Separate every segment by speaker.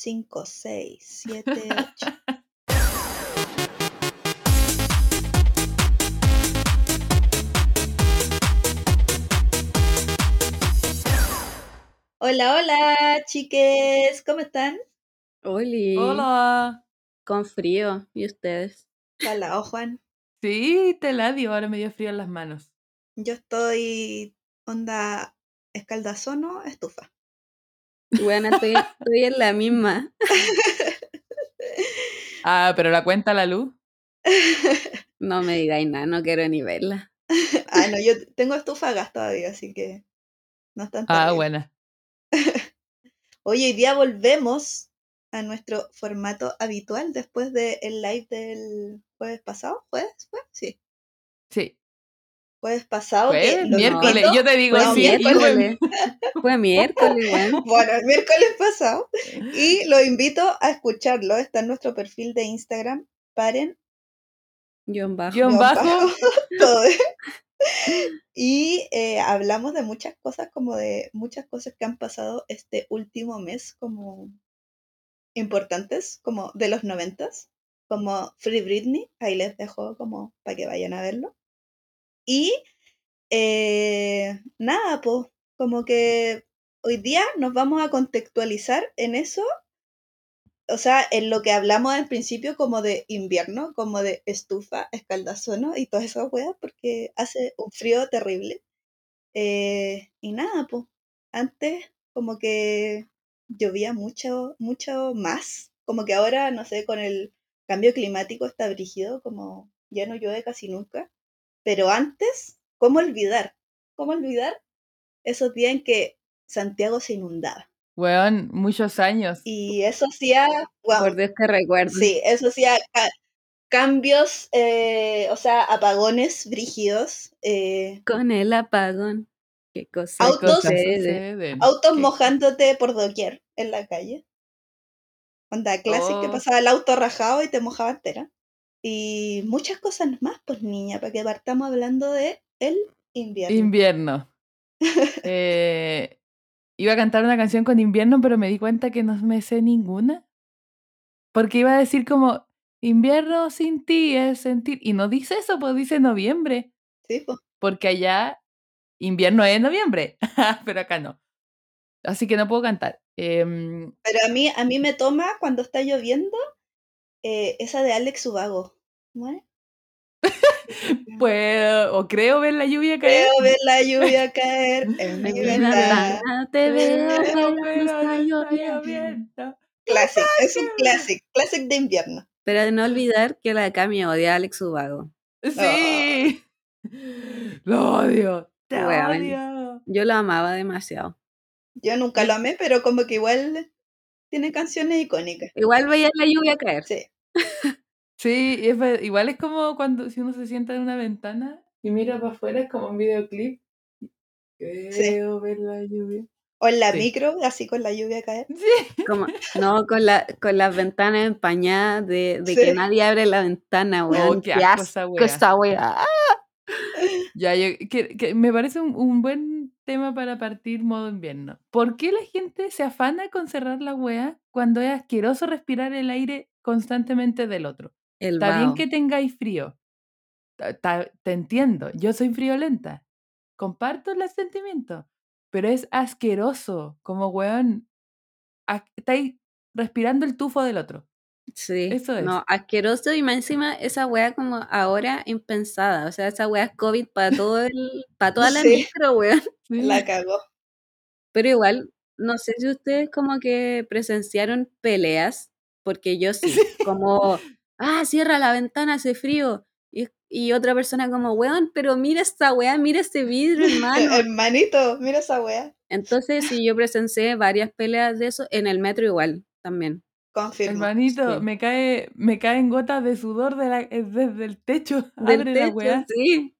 Speaker 1: 5, 6, 7, 8. Hola, hola, chiques, ¿cómo están?
Speaker 2: Oli.
Speaker 3: Hola.
Speaker 2: Con frío. ¿Y ustedes?
Speaker 1: Hola, oh, Juan.
Speaker 3: Sí, te la dio. Ahora me dio frío en las manos.
Speaker 1: Yo estoy onda escaldazono, estufa.
Speaker 2: Bueno, estoy, estoy en la misma.
Speaker 3: Ah, pero la cuenta la luz.
Speaker 1: Ah,
Speaker 2: No me digáis nada, no quiero ni verla.
Speaker 1: Ah, no, yo tengo estufa a gas todavía, así que no es tan
Speaker 3: Ah,
Speaker 1: terrible.
Speaker 3: buena.
Speaker 1: Hoy, hoy día volvemos a nuestro formato habitual después del live del jueves pasado. ¿Jueves? ¿Fue? Sí.
Speaker 3: Sí.
Speaker 1: Jueves pasado.
Speaker 3: Pues,
Speaker 1: que los
Speaker 3: miércoles.
Speaker 1: invito-
Speaker 3: Yo te digo,
Speaker 2: Fue
Speaker 1: no,
Speaker 3: sí,
Speaker 2: miércoles. Fue miércoles, weón.
Speaker 1: Bueno, el miércoles pasado. Y los invito a escucharlo. Está en nuestro perfil de Instagram. Paren
Speaker 2: Guión bajo.
Speaker 3: Guión bajo.
Speaker 1: todo. Y eh, hablamos de muchas cosas, como de muchas cosas que han pasado este último mes, como importantes, como de los noventas, como Free Britney, ahí les dejo como para que vayan a verlo. Y eh, nada, pues como que hoy día nos vamos a contextualizar en eso, o sea, en lo que hablamos al principio como de invierno, como de estufa, escaldazono y todas esas weas, porque hace un frío terrible. Eh, y nada, pues antes como que llovía mucho, mucho más, como que ahora, no sé, con el cambio climático está brígido, como ya no llueve casi nunca, pero antes, ¿cómo olvidar? ¿Cómo olvidar esos días en que Santiago se inundaba?
Speaker 3: Weón, muchos años.
Speaker 1: Y eso hacía, wow,
Speaker 2: Por Dios que recuerdo.
Speaker 1: Sí, eso sí, a- a- cambios, eh, o sea, apagones brígidos, eh,
Speaker 2: Con el apagón. Qué cosa.
Speaker 3: Qué
Speaker 1: Autos.
Speaker 3: cosas
Speaker 2: sucede.
Speaker 3: suceden.
Speaker 1: autos
Speaker 3: Qué-
Speaker 1: mojándote por doquier en la calle. Onda clásica, que
Speaker 3: Oh.
Speaker 1: pasaba el auto rajado y te mojaba entera. Y muchas cosas más, pues niña, para que partamos hablando de el invierno.
Speaker 3: Invierno. Eh, iba a cantar una canción con invierno, pero me di cuenta que no me sé ninguna. Porque iba a decir como, invierno sin ti es sentir. Y no dice eso, pues dice noviembre.
Speaker 1: Sí, Pues, po.
Speaker 3: porque allá invierno es noviembre, pero acá no. Así que no puedo cantar. Em,
Speaker 1: Pero a mí, a mí me toma cuando está lloviendo eh, esa de Alex Ubago. ¿Cómo es?
Speaker 3: puedo o creo ver la lluvia caer.
Speaker 1: Creo ver la lluvia caer en mi
Speaker 2: Mi
Speaker 1: ventana.
Speaker 2: ventana te veo,
Speaker 3: Pero
Speaker 2: pero
Speaker 3: no
Speaker 2: no
Speaker 3: está
Speaker 2: está lloviendo.
Speaker 3: lloviendo.
Speaker 1: Classic, es un classic, classic de invierno.
Speaker 2: Pero de no olvidar que la Cami odia a Alex Ubago.
Speaker 3: Sí. Lo odio. Te
Speaker 2: Weón.
Speaker 3: odio.
Speaker 2: Yo lo amaba demasiado.
Speaker 1: Yo nunca lo amé, pero como que igual tiene canciones icónicas.
Speaker 2: Igual veía la lluvia caer.
Speaker 1: Sí.
Speaker 3: Sí, es ver- igual es como cuando si uno se sienta en una ventana y mira para afuera, es como un videoclip. Creo ver la lluvia.
Speaker 1: O en la
Speaker 3: Sí.
Speaker 1: micro, así con la lluvia caer.
Speaker 3: Sí.
Speaker 2: Como, no, con, la, con las ventanas empañadas de,
Speaker 1: Sí.
Speaker 2: de que nadie abre la ventana, weón.
Speaker 3: Oh, qué asco esa weá.
Speaker 2: esa weá.
Speaker 3: Ya, yo- que, que me parece un, un buen tema para partir modo invierno. ¿Por qué la gente se afana con cerrar la wea cuando es asqueroso respirar el aire constantemente del otro?
Speaker 2: El
Speaker 3: Está bien
Speaker 2: vaho.
Speaker 3: que tengáis frío. Ta- ta- te entiendo, yo soy friolenta. Comparto el sentimiento. Pero es asqueroso, como weón. a- Estáis respirando el tufo del otro.
Speaker 2: Sí.
Speaker 3: Eso es.
Speaker 2: No, asqueroso y más encima esa weá como ahora impensada. O sea, esa weá es COVID para todo el, para toda la
Speaker 1: Sí.
Speaker 2: micro, weón.
Speaker 3: Sí.
Speaker 1: La cagó.
Speaker 2: Pero igual, no sé si ustedes como que presenciaron peleas, porque yo sí, como, ah, cierra la ventana, hace frío. Y, y otra persona como, weón, pero mira esta weá, mira este vidrio,
Speaker 3: Ah,
Speaker 2: hermano.
Speaker 1: Eh, Hermanito, mira esa wea.
Speaker 2: Entonces, sí, yo presencié varias peleas de eso en el metro igual también.
Speaker 1: Confirmo.
Speaker 3: Hermanito,
Speaker 2: Sí.
Speaker 3: me, cae, me caen gotas de sudor de la- eh, desde el techo.
Speaker 1: Ah,
Speaker 2: Del
Speaker 3: Abre la
Speaker 2: techo,
Speaker 3: weá.
Speaker 2: sí.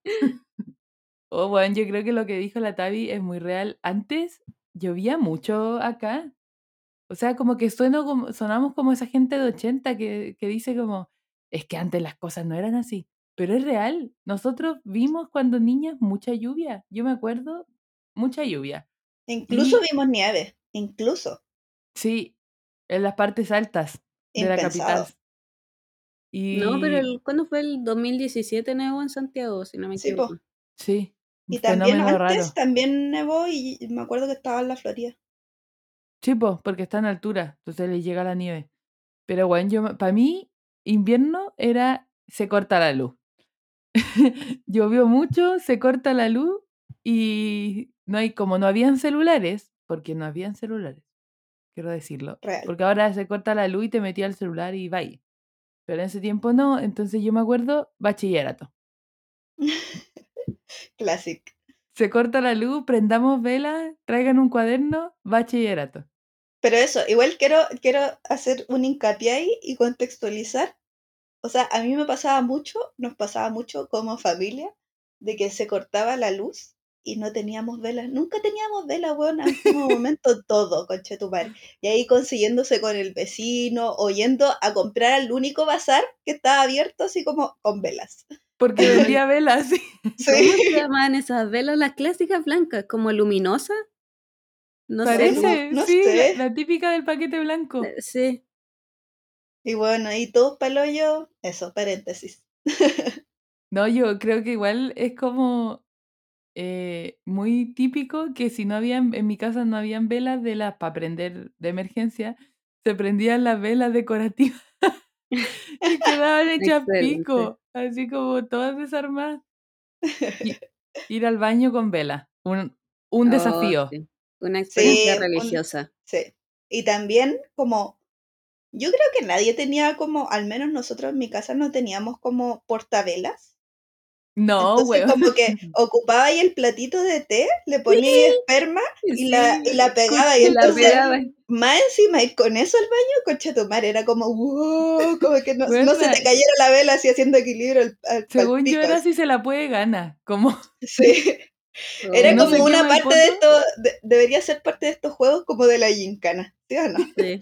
Speaker 3: Oh, bueno, yo creo que lo que dijo la Tavi es muy real. Antes llovía mucho acá. O sea, como que sueno como, sonamos como esa gente de 80 que, que dice como, es que antes las cosas no eran así. Pero es real. Nosotros vimos cuando niñas mucha lluvia. Yo me acuerdo, mucha lluvia.
Speaker 1: Incluso
Speaker 3: Y-
Speaker 1: vimos nieve. Incluso.
Speaker 3: Sí, en las partes altas de la
Speaker 1: Impensado.
Speaker 3: capital. Y,
Speaker 2: No, pero el, ¿cuándo fue el 2017 nevó en Santiago, si no me
Speaker 1: Sí, po.
Speaker 2: equivoco?
Speaker 3: Sí, un
Speaker 1: Y también
Speaker 3: fenómeno
Speaker 1: antes
Speaker 3: raro.
Speaker 1: también nevó y y me acuerdo que estaba en la Florida.
Speaker 3: Sí, po, porque está en altura, entonces le llega la nieve. Pero bueno, yo para mí invierno era se corta la luz. Llovió mucho, se corta la luz y no hay como no habían celulares, porque no habían celulares. Quiero decirlo,
Speaker 1: Real.
Speaker 3: porque ahora se corta la luz y te metía al celular y vaya. Pero en ese tiempo no, entonces yo me acuerdo bachillerato.
Speaker 1: Clásico.
Speaker 3: Se corta la luz, prendamos velas, traigan un cuaderno, bachillerato.
Speaker 1: Pero eso, igual quiero, quiero hacer un hincapié ahí y contextualizar. O sea, a mí me pasaba mucho, nos pasaba mucho como familia, de que se cortaba la luz y no teníamos velas. Nunca teníamos velas, weón, a último momento todo, conchetumare. Y ahí consiguiéndose con el vecino, o yendo a comprar al único bazar que estaba abierto, así como con velas.
Speaker 3: Porque vendía velas. sí.
Speaker 2: ¿Cómo
Speaker 1: Sí,
Speaker 2: se llaman esas velas? Las clásicas blancas, como luminosas. No sé.
Speaker 3: Parece,
Speaker 1: no
Speaker 3: sí,
Speaker 1: sé.
Speaker 3: La, la típica del paquete blanco.
Speaker 2: ¿no? Eh, Sí.
Speaker 1: y bueno, y todos palollos, eso, paréntesis.
Speaker 3: No, yo creo que igual es como eh, muy típico que si no habían, en mi casa no habían velas de las para prender de emergencia, se prendían las velas decorativas y quedaban hechas
Speaker 2: Excelente.
Speaker 3: pico, así como todas desarmadas. Y- ir al baño con vela, un, un
Speaker 2: Oh,
Speaker 3: desafío.
Speaker 2: sí. Una experiencia
Speaker 1: Sí, un-
Speaker 2: religiosa.
Speaker 1: Sí. Y también como, yo creo que nadie tenía como, al menos nosotros en mi casa no teníamos como portavelas.
Speaker 3: No,
Speaker 1: Entonces
Speaker 3: weón.
Speaker 1: como que ocupaba ahí el platito de té, le ponía ahí esperma y, la, y la pegaba y
Speaker 2: Y la
Speaker 1: entonces
Speaker 2: pegaba.
Speaker 1: más encima y con eso al baño, concha tu madre, era como, wow, como que no,
Speaker 3: Bueno,
Speaker 1: no se te
Speaker 3: la-
Speaker 1: cayera la vela así haciendo equilibrio al, al-
Speaker 3: Según yo
Speaker 1: palpico,
Speaker 3: era si se la puede gana, como
Speaker 1: sí.
Speaker 2: Oh,
Speaker 1: Era
Speaker 3: Y no
Speaker 1: como
Speaker 3: se
Speaker 1: una
Speaker 3: quema el
Speaker 1: parte de esto,
Speaker 3: poto.
Speaker 1: de- debería ser parte de estos juegos como de la gincana, ¿sí o no?
Speaker 2: Sí.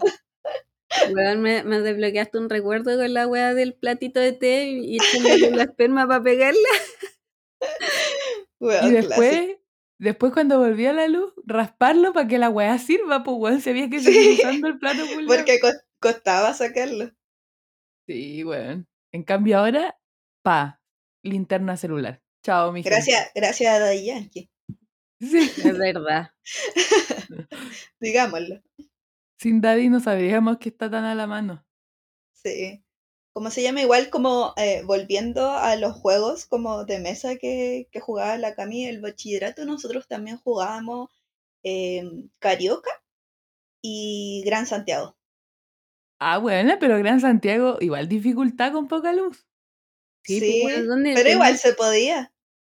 Speaker 2: Weón, me, me desbloqueaste un recuerdo con la weá del platito de té y echándole la esperma para pegarla.
Speaker 3: Y
Speaker 1: Weón,
Speaker 3: después,
Speaker 1: clásico.
Speaker 3: después cuando volvió a la luz, rasparlo para que la weá sirva, pues weón, se veía que se
Speaker 1: Sí.
Speaker 3: usando el plato culiao.
Speaker 1: Porque cos- costaba sacarlo.
Speaker 3: Sí, weón. En cambio ahora, pa, linterna celular. Chao, mi
Speaker 1: Gracias, gracias a Daddy Yankee,
Speaker 2: Es verdad.
Speaker 1: digámoslo.
Speaker 3: Sin daddy no sabríamos que está tan a la mano.
Speaker 1: Sí. Como se llama igual como eh, volviendo a los juegos como de mesa que, que jugaba la Cami, el bachillerato, nosotros también jugábamos eh, Carioca y Gran Santiago.
Speaker 3: Ah, bueno, pero Gran Santiago, igual dificultad con poca luz.
Speaker 2: Sí,
Speaker 1: Sí,
Speaker 2: pues, weón, ¿dónde
Speaker 1: pero
Speaker 2: tenía-
Speaker 1: igual se podía.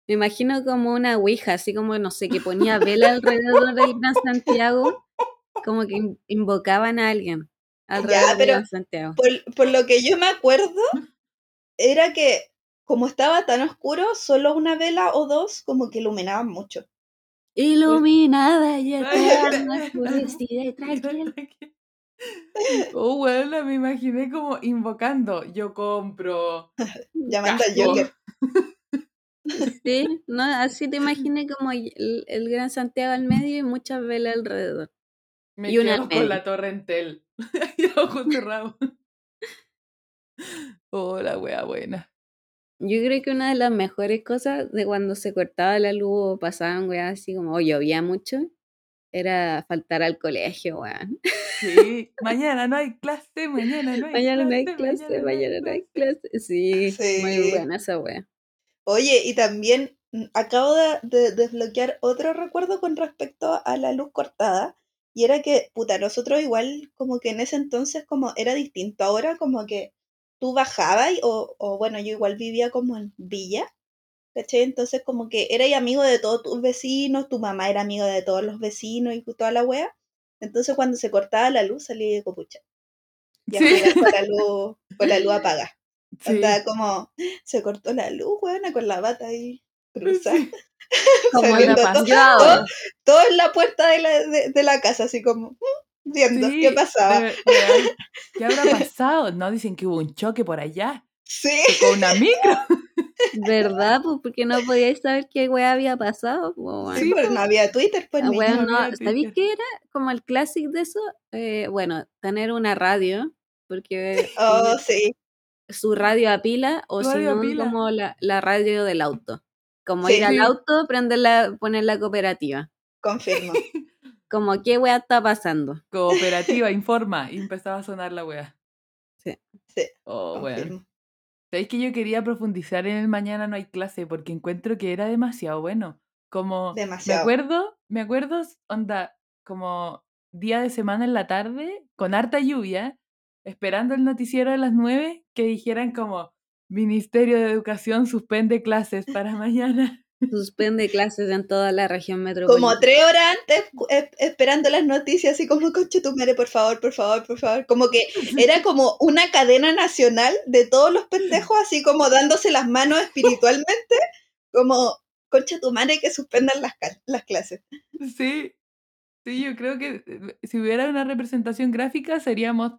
Speaker 2: Me imagino como una ouija, así como, no sé, que ponía vela alrededor del Gran Santiago, como que in- invocaban a alguien alrededor del
Speaker 1: pero-
Speaker 2: Gran Santiago.
Speaker 1: Por, por lo que yo me acuerdo, era que como estaba tan oscuro, solo una vela o dos como que iluminaban mucho.
Speaker 2: Iluminada y eterna,
Speaker 3: Ay,
Speaker 2: oscurecida y tranquila.
Speaker 3: Oh, weón, me imaginé como invocando, yo compro.
Speaker 1: Llamando al
Speaker 3: Casco.
Speaker 1: Joker.
Speaker 2: Sí, ¿no? Así te imaginé como y- el, el Gran Santiago al medio y muchas velas alrededor.
Speaker 3: Me
Speaker 2: Y una
Speaker 3: quedo
Speaker 2: al
Speaker 3: con la
Speaker 2: medio.
Speaker 3: torre Entel. y ojos cerrados. Oh, la wea buena.
Speaker 2: Yo creo que una de las mejores cosas de cuando se cortaba la luz o pasaban, weas, así como, o llovía mucho, era faltar al colegio, weón.
Speaker 3: Sí, mañana no hay clase, mañana no hay
Speaker 2: Mañana no hay
Speaker 3: clase,
Speaker 2: clase, mañana no hay clase. Sí, muy
Speaker 1: Sí.
Speaker 2: buena esa wea.
Speaker 1: Oye, y también mm, acabo de, de desbloquear otro recuerdo con respecto a la luz cortada. Y era que, puta, nosotros igual como que en ese entonces como era distinto. Ahora como que tú bajabas y- o, o bueno, yo igual vivía como en villa. ¿Cachai? Entonces como que eras amigo de todos tus vecinos, tu mamá era amiga de todos los vecinos y toda la wea. Entonces cuando se cortaba la luz salía de copucha. Y a
Speaker 3: Sí.
Speaker 1: jugar con la luz, con la luz apagada.
Speaker 3: Sí,
Speaker 1: Andaba como, se cortó la luz, weona, con la bata ahí cruzada.
Speaker 3: sí.
Speaker 2: Como
Speaker 1: Saliendo
Speaker 2: la
Speaker 1: todo-
Speaker 2: pasada.
Speaker 1: Todo en la puerta de la, de, de la casa, así como, mm, viendo
Speaker 3: Sí,
Speaker 1: qué pasaba.
Speaker 3: de- weón, ¿Qué habrá pasado? No, dicen que hubo un choque por allá.
Speaker 1: Sí,
Speaker 3: Con una micro.
Speaker 2: ¿Verdad? Pues porque no podíais saber qué weá había pasado. po, weón.
Speaker 1: Sí, pero no había Twitter, pues.
Speaker 2: Ah,
Speaker 1: niña.
Speaker 2: weón,
Speaker 3: no
Speaker 2: no,
Speaker 3: había
Speaker 2: ¿Sabéis
Speaker 3: Twitter.
Speaker 2: qué era? Como el clásico de eso. eh, bueno, tener una radio, porque eh,
Speaker 1: Oh, sí.
Speaker 2: su radio a pila o si
Speaker 3: Radio a
Speaker 2: no,
Speaker 3: pila.
Speaker 2: como la, la radio del auto. Como
Speaker 1: Sí.
Speaker 2: ir al
Speaker 3: Sí.
Speaker 2: auto, prender la, poner la cooperativa.
Speaker 1: Confirmo.
Speaker 2: Como qué weá está pasando.
Speaker 3: Cooperativa, informa. Y empezaba a sonar la wea.
Speaker 2: Sí.
Speaker 1: Sí,
Speaker 3: Oh, weón.
Speaker 1: confirmo.
Speaker 3: Sabéis que yo quería profundizar en el mañana no hay clase porque encuentro que era demasiado bueno. Como me
Speaker 1: Demasiado.
Speaker 3: acuerdo, me acuerdo, onda, como día de semana en la tarde, con harta lluvia, esperando el noticiero de las nueve, que dijeran como Ministerio de Educación suspende clases para mañana.
Speaker 2: Suspende clases en toda la región metropolitana.
Speaker 1: Como tres horas antes e- esperando las noticias, así como, concha tu madre, por favor, por favor, por favor. Como que era como una cadena nacional de todos los pendejos, así como dándose las manos espiritualmente, como, concha tu madre, que suspendan las, cal- las clases.
Speaker 3: Sí, sí, yo creo que eh, si hubiera una representación gráfica seríamos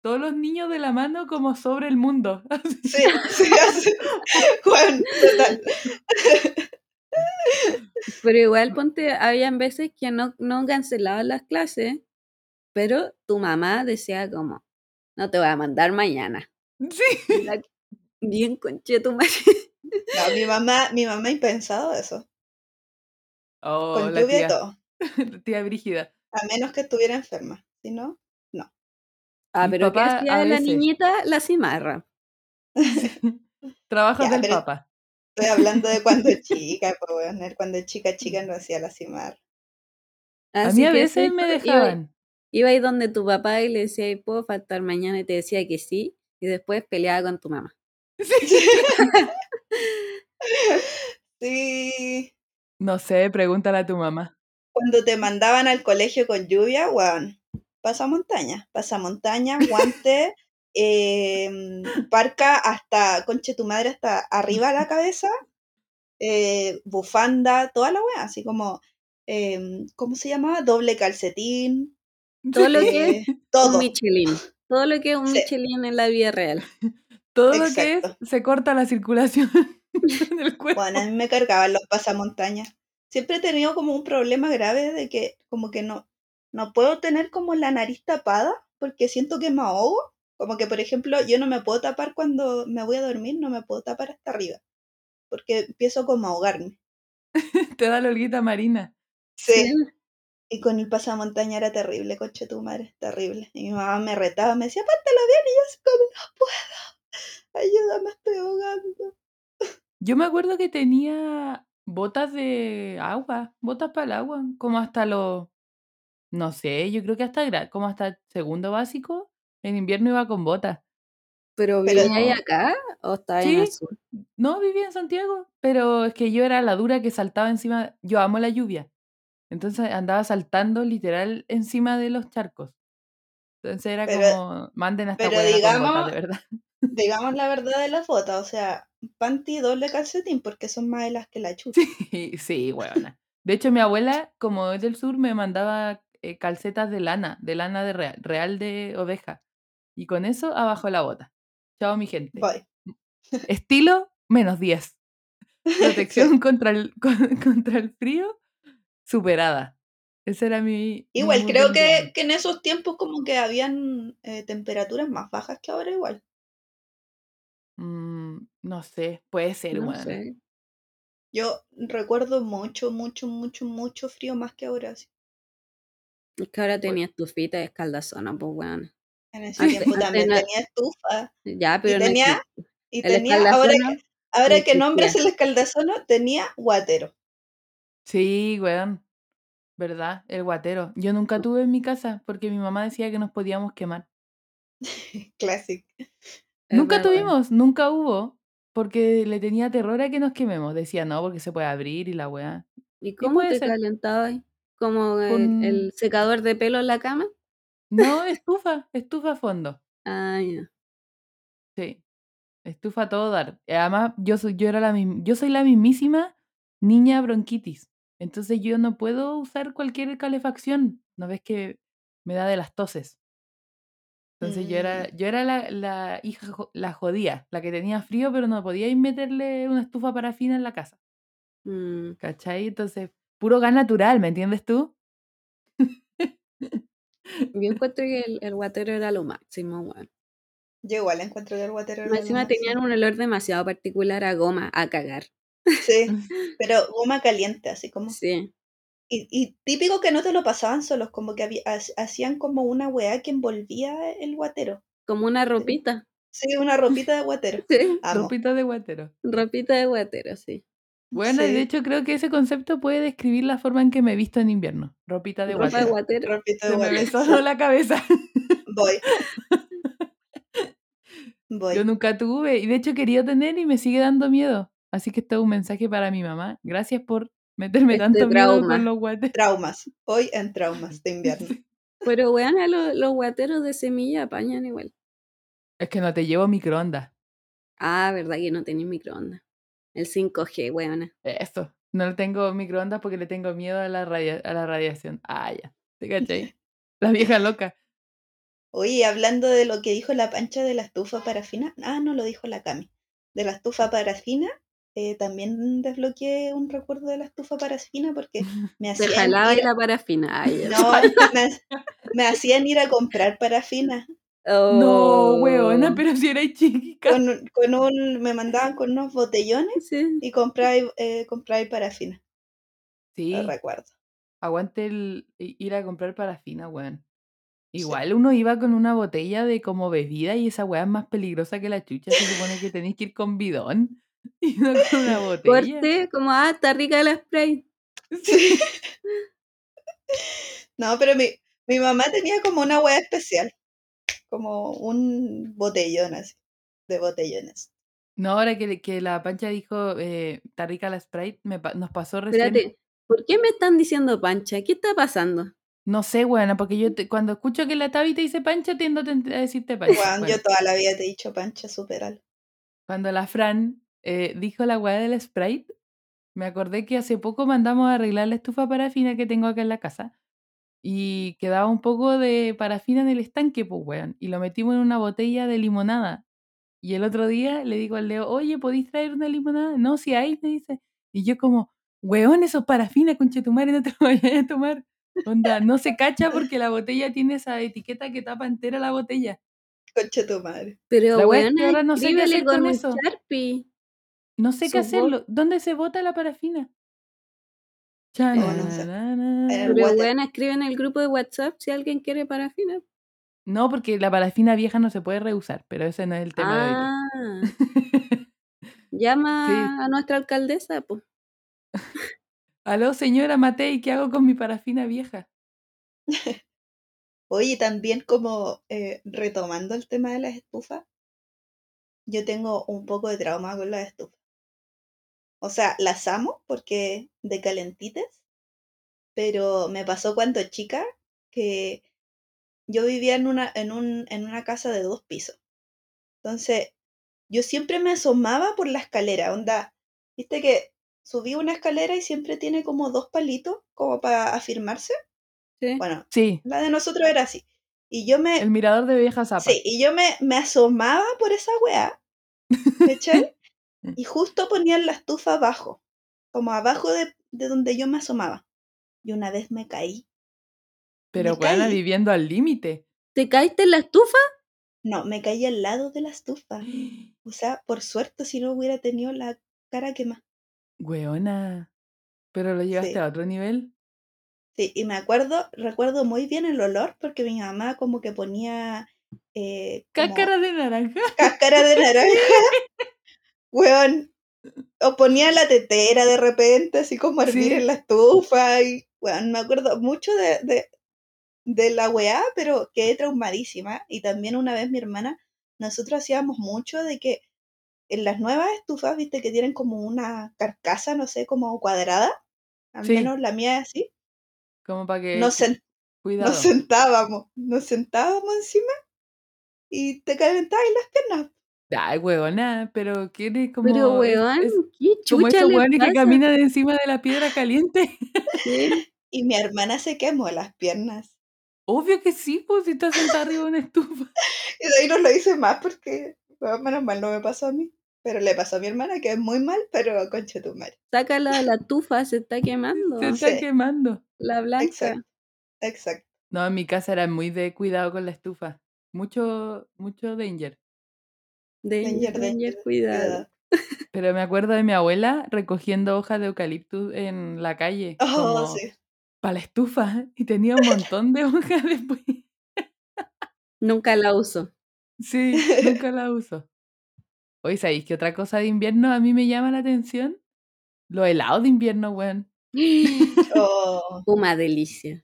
Speaker 3: todos los niños de la mano como sobre el mundo.
Speaker 1: Sí, sí, así. Juan, total.
Speaker 2: Pero igual, ponte, habían veces que no, no cancelaban las clases, pero tu mamá decía como, no te voy a mandar mañana.
Speaker 3: sí.
Speaker 2: Y la- Bien conche tu madre.
Speaker 1: No, mi mamá, mi mamá impensado eso,
Speaker 3: Oh,
Speaker 1: con
Speaker 3: la
Speaker 1: lluvia y
Speaker 3: tía.
Speaker 1: todo,
Speaker 3: La tía Brígida.
Speaker 1: a menos que estuviera enferma, si no,
Speaker 2: Ah,
Speaker 3: Mi
Speaker 2: pero ¿qué
Speaker 3: papá a
Speaker 2: hacía la
Speaker 3: veces.
Speaker 2: niñita? La cimarra.
Speaker 3: Trabajos
Speaker 1: Ya,
Speaker 3: del
Speaker 1: pero-
Speaker 3: papá.
Speaker 1: estoy hablando de cuando chica, pues, weón, cuando chica, chica
Speaker 3: Mm.
Speaker 1: no hacía la cimar.
Speaker 3: A
Speaker 2: Así
Speaker 3: mí a
Speaker 2: que
Speaker 3: veces
Speaker 2: sí,
Speaker 3: me
Speaker 2: iba-
Speaker 3: dejaban.
Speaker 2: Iba ahí donde tu papá y le decía, "Ay, ¿puedo faltar mañana? Y te decía que sí, y después peleaba con tu mamá.
Speaker 1: Sí.
Speaker 3: No sé, pregúntale a tu mamá.
Speaker 1: cuando te mandaban al colegio con lluvia, weón, pasa montaña, pasa montaña, guante, em, parca hasta, conche tu madre, hasta arriba de la cabeza, eh, bufanda, toda la weá, así como, em, ¿cómo se llamaba? Doble calcetín,
Speaker 2: Todo lo que es
Speaker 1: eh, todo.
Speaker 2: un Michelin. Todo lo que es un
Speaker 1: Sí.
Speaker 2: Michelin en la vida real.
Speaker 3: Todo lo que es,
Speaker 1: Exacto.
Speaker 3: se corta la circulación del cuerpo.
Speaker 1: Bueno, a mí me cargaban los pasamontañas. Siempre he tenido como un problema grave de que como que no, no puedo tener como la nariz tapada porque siento que me ahogo. Como que, por ejemplo, yo no me puedo tapar cuando me voy a dormir, no me puedo tapar hasta arriba porque empiezo como a ahogarme.
Speaker 3: Te da la olguita marina.
Speaker 1: Sí. Y con el pasamontaña era terrible, coche tu madre, terrible. Y mi mamá me retaba, me decía, pártelo bien y yo así como, no puedo, ayúdame, estoy ahogando.
Speaker 3: Yo me acuerdo que tenía botas de agua, botas para el agua, como hasta los, no sé, yo creo que hasta gra- como hasta segundo básico, en invierno iba con botas.
Speaker 2: Pero
Speaker 1: Pero-
Speaker 2: vivía ahí acá o estaba en el
Speaker 3: Sí.
Speaker 2: sur.
Speaker 3: No, vivía en Santiago, pero es que yo era la dura que saltaba encima. Yo amo la lluvia. Entonces andaba saltando literal encima de los charcos. Entonces era
Speaker 1: Pero-
Speaker 3: como, manden hasta
Speaker 1: pero
Speaker 3: buena con botas,
Speaker 1: digamos-
Speaker 3: de verdad.
Speaker 1: Digamos la verdad de las botas, o sea, panty y doble calcetín porque son más de las que la chucha.
Speaker 3: Sí, sí, huevona. De hecho, mi abuela, como es del sur, me mandaba eh, calcetas de lana, de lana de real, real de oveja. Y con eso abajo la bota. Chao, mi gente.
Speaker 1: Voy.
Speaker 3: Estilo, menos 10. Protección contra, el, con- contra el frío, superada. Ese era mi. mi
Speaker 1: Igual,
Speaker 3: mood
Speaker 1: creo
Speaker 3: de
Speaker 1: que,
Speaker 3: invierno.
Speaker 1: que en esos tiempos como que habían eh, temperaturas más bajas que ahora igual.
Speaker 3: Mm, no sé, puede ser,
Speaker 2: No
Speaker 3: weón.
Speaker 2: sé.
Speaker 1: Yo recuerdo mucho, mucho, mucho, mucho frío más que ahora sí.
Speaker 2: Es que ahora tenías tu fita de escaldazona, pues bueno.
Speaker 1: En ese
Speaker 2: Antes-
Speaker 1: tiempo
Speaker 2: antes
Speaker 1: también
Speaker 2: no-
Speaker 1: tenía estufa
Speaker 2: Ya, pero no
Speaker 1: tenía-
Speaker 2: existe.
Speaker 1: y
Speaker 2: El
Speaker 1: tenía, ahora que,
Speaker 2: escaldazona,
Speaker 1: ahora que nombres
Speaker 2: existía.
Speaker 1: el escaldazono, tenía guatero.
Speaker 3: Sí, weón. ¿Verdad? El guatero. Yo
Speaker 1: Mm.
Speaker 3: nunca tuve en mi casa porque mi mamá decía que nos podíamos quemar.
Speaker 1: Clásico.
Speaker 2: es
Speaker 3: nunca
Speaker 2: verdad.
Speaker 3: tuvimos, nunca hubo, porque le tenía terror a que nos quememos. Decía, no, porque se puede abrir y la weá.
Speaker 2: ¿Y cómo
Speaker 3: puede
Speaker 2: te
Speaker 3: ser.
Speaker 2: calentabas? ahí? ¿Como el,
Speaker 3: Con-
Speaker 2: el secador de pelo en la cama?
Speaker 3: No, estufa, estufa a fondo.
Speaker 2: Ah, ya.
Speaker 3: Sí. Estufa a todo dar. Y Además, yo soy, yo era la mism- yo soy la mismísima niña bronquitis. Entonces yo no puedo usar cualquier calefacción. ¿No ves que me da de las toses? Entonces yo era,
Speaker 2: Mm.
Speaker 3: yo era la, la hija, jo- la jodía, la que tenía frío, pero no podía ir meterle una estufa parafina en la casa.
Speaker 2: Mm,
Speaker 3: ¿Cachai? Entonces, puro gas natural, ¿me entiendes tú?
Speaker 2: Yo encuentro que el, el guatero era lo máximo, weón.
Speaker 1: Yo igual encuentro que el guatero era lo
Speaker 2: Encima
Speaker 1: máximo.
Speaker 2: tenían un olor demasiado particular a goma, a cagar.
Speaker 1: Sí, pero goma caliente, así como.
Speaker 2: Sí.
Speaker 1: Y, y típico que no te lo pasaban solos, como que había- ha- hacían como una weá que envolvía el guatero.
Speaker 2: Como una ropita.
Speaker 1: Sí, una ropita de guatero.
Speaker 2: Sí.
Speaker 1: Amo.
Speaker 3: Ropita de guatero.
Speaker 2: Ropita de guatero, sí.
Speaker 3: Bueno, y
Speaker 1: Sí.
Speaker 3: de hecho creo que ese concepto puede describir la forma en que me he visto en invierno. Ropita de
Speaker 2: Ropa de
Speaker 3: guatero.
Speaker 2: guatero.
Speaker 1: Ropita de
Speaker 3: Se me
Speaker 1: guatero.
Speaker 3: ve solo la cabeza.
Speaker 1: Voy. Voy.
Speaker 3: Yo nunca tuve. Y de hecho quería tener y me sigue dando miedo. Así que esto es un mensaje para mi mamá. Gracias por meterme
Speaker 2: Este
Speaker 3: tanto miedo
Speaker 2: trauma.
Speaker 3: con los guateros.
Speaker 1: Traumas. Hoy en traumas de invierno.
Speaker 2: Pero weón, a lo- los guateros de semilla apañan igual.
Speaker 3: Es que no te llevo microondas.
Speaker 2: Ah, verdad que no tenéis microondas. El 5G, weona.
Speaker 3: Eso. No le tengo microondas porque le tengo miedo a la, radia- a la radiación. Ah, ya. ¿Te cachai? La vieja loca.
Speaker 1: Oye, hablando de lo que dijo la pancha de la estufa parafina, ah, no lo dijo la Cami, de la estufa parafina, eh, también desbloqueé un recuerdo de la estufa parafina porque me
Speaker 2: Se
Speaker 1: hacían,
Speaker 2: jalaba y
Speaker 1: ir,
Speaker 2: la parafina. Ay, ya.
Speaker 1: no, me, ha- me hacían ir a comprar parafina,
Speaker 3: No,
Speaker 2: Oh.
Speaker 3: weona, pero si eres chica.
Speaker 1: con, un- con un, me mandaban con unos botellones
Speaker 2: Sí.
Speaker 1: y compraba eh, compraba parafina,
Speaker 3: Sí,
Speaker 1: lo recuerdo.
Speaker 3: aguante el i- ir a comprar parafina, weón. Igual uno iba con una botella de como bebida y esa weá es más peligrosa que la chucha. Se supone que tenéis que ir con bidón y no con una botella.
Speaker 2: Corte, como, ah, está rica la spray.
Speaker 1: No, pero mi, mi mamá tenía como una hueá especial, como un botellón así, de botellones.
Speaker 3: No, ahora que, que la pancha dijo, eh, está rica la Sprite, me pa- nos pasó recién.
Speaker 2: Espérate, ¿por qué me están diciendo pancha? ¿Qué está pasando?
Speaker 3: No sé, weona, porque yo te- cuando escucho que la Tabi te dice pancha, tiendo a ten- a decirte pancha.
Speaker 1: Juan,
Speaker 3: weón.
Speaker 1: yo toda la vida te he dicho pancha, superal.
Speaker 3: Cuando la Fran eh, dijo la weá del Sprite, me acordé que hace poco mandamos a arreglar la estufa parafina que tengo acá en la casa. Y quedaba un poco de parafina en el estanque, pues, weón. Y lo metimos en una botella de limonada. Y el otro día le digo al Leo, oye, ¿podéis traer una limonada? No, si hay, me dice. Y yo como, weón, eso es parafina, conchetumare, no te lo vayas a tomar. Onda, no se cacha porque la botella tiene esa etiqueta que tapa entera la botella.
Speaker 1: Concha tu madre.
Speaker 2: Pero,
Speaker 3: La wea es que
Speaker 2: weona,
Speaker 3: ahora no sé qué
Speaker 2: escríbele
Speaker 3: hacer
Speaker 2: con,
Speaker 3: con
Speaker 2: un
Speaker 3: eso.
Speaker 2: Sharpie.
Speaker 3: No sé qué
Speaker 2: Su bot-
Speaker 3: hacerlo. ¿Dónde se bota la parafina?
Speaker 1: No, no sé. Era
Speaker 3: Chananana.
Speaker 1: el-
Speaker 2: Pero,
Speaker 1: water.
Speaker 2: weona, escribe en el grupo de WhatsApp si alguien quiere parafina.
Speaker 3: No, porque la parafina vieja no se puede reusar, pero ese no es el tema de hoy. día.
Speaker 2: Ah, llama
Speaker 3: Sí.
Speaker 2: a nuestra alcaldesa, pues.
Speaker 3: Aló, señora Matei, ¿qué hago con mi parafina vieja?
Speaker 1: Oye, también como eh, retomando el tema de las estufas, yo tengo un poco de trauma con las estufas. O sea, las amo porque de calentitas, pero me pasó cuando chica que yo vivía en una, en un, en una casa de dos pisos. Entonces, yo siempre me asomaba por la escalera, onda. Viste que subí una escalera y siempre tiene como dos palitos como para afirmarse.
Speaker 2: Sí.
Speaker 1: Bueno,
Speaker 3: Sí,
Speaker 1: la de nosotros era así. Y yo me,
Speaker 3: el mirador de vieja zapa.
Speaker 1: Eh, sí, y yo me, me asomaba por esa weá, ¿cachai? y justo ponían la estufa abajo, como abajo de, de donde yo me asomaba. Y una vez me caí.
Speaker 3: pero
Speaker 1: me
Speaker 3: weona,
Speaker 1: caí.
Speaker 3: viviendo al límite.
Speaker 2: ¿Te caíste en la estufa?
Speaker 1: No, me caí al lado de la estufa. O sea, por suerte, si no hubiera tenido la cara quemada.
Speaker 3: Weona. Pero lo llevaste
Speaker 1: Sí.
Speaker 3: a otro nivel.
Speaker 1: Sí, y me acuerdo, recuerdo muy bien el olor porque mi mamá como que ponía eh, como
Speaker 3: Cáscara de naranja.
Speaker 1: cáscara de naranja, weón, o ponía la tetera de repente, así como a hervir
Speaker 3: Sí.
Speaker 1: en la estufa, y weón, me acuerdo mucho de, de, de la weá, pero quedé traumadísima. Y también una vez mi hermana, nosotros hacíamos mucho de que en las nuevas estufas, viste que tienen como una carcasa, no sé, como cuadrada, al
Speaker 3: Sí.
Speaker 1: menos la mía es así,
Speaker 3: Como para que.
Speaker 1: nos, sen-
Speaker 3: Cuidado.
Speaker 1: nos sentábamos, nos sentábamos encima y te calentabas las piernas.
Speaker 3: Ay, weona, pero ¿quieres como.
Speaker 2: Pero,
Speaker 3: es-
Speaker 2: weón,
Speaker 3: es
Speaker 2: qué
Speaker 3: como
Speaker 2: chucha
Speaker 3: esos
Speaker 2: le
Speaker 3: weones
Speaker 2: pasa?
Speaker 3: que caminan encima de la piedra caliente.
Speaker 2: Sí.
Speaker 1: Y mi hermana se quemó las piernas.
Speaker 3: Obvio que sí, pues si estás sentada arriba de una estufa.
Speaker 1: Y de ahí no lo hice más porque, bueno, menos mal, no me pasó a mí. Pero le pasó a mi hermana, que es muy mal, pero concha tu madre.
Speaker 2: Sácala de la tufa, se está quemando.
Speaker 3: Se está
Speaker 1: Sí.
Speaker 3: quemando.
Speaker 2: La blanca.
Speaker 1: Exacto. Exacto.
Speaker 3: No, en mi casa era muy de cuidado con la estufa. Mucho, mucho danger.
Speaker 2: Danger,
Speaker 1: Danger,
Speaker 2: danger,
Speaker 1: danger,
Speaker 2: cuidado.
Speaker 3: Pero me acuerdo de mi abuela recogiendo hojas de eucaliptus en la calle.
Speaker 1: Oh,
Speaker 3: como
Speaker 1: sí.
Speaker 3: Para la estufa. Y tenía un montón de hojas después.
Speaker 2: Nunca la uso.
Speaker 3: Sí, nunca la uso. Hoy sabéis que otra cosa de invierno a mí me llama la atención. Los helados de invierno, weón.
Speaker 1: Oh.
Speaker 2: Una delicia.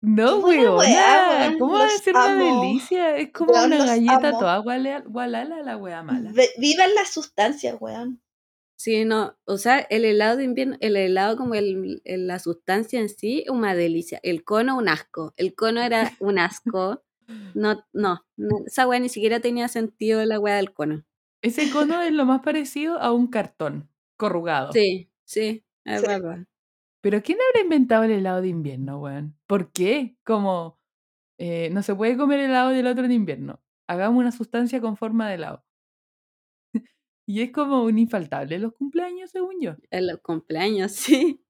Speaker 3: No,
Speaker 1: Como una weá,
Speaker 3: weón.
Speaker 1: weón,
Speaker 3: ¿Cómo va a
Speaker 1: los
Speaker 3: ser una
Speaker 1: amo.
Speaker 3: delicia? Es como
Speaker 1: Weón,
Speaker 3: una
Speaker 1: los
Speaker 3: galleta
Speaker 1: amo.
Speaker 3: toda guala- gualala, la weá mala.
Speaker 1: Ve- Vivan las sustancias, weón.
Speaker 2: Sí, no, o sea, el helado de invierno, el helado como el- el- la sustancia en sí, una delicia. El cono, un asco. El cono era un asco. No, no, no, esa weá ni siquiera tenía sentido la weá del cono.
Speaker 3: Ese cono es lo más parecido a un cartón corrugado.
Speaker 2: Sí, sí, ah, es
Speaker 1: Sí.
Speaker 2: verdad.
Speaker 3: Pero ¿quién habrá inventado el helado de invierno, weón? ¿Por qué? Como eh, no se puede comer helado del otro en invierno. Hagamos una sustancia con forma de helado. y es como un infaltable en los cumpleaños, según yo.
Speaker 2: En los cumpleaños, sí.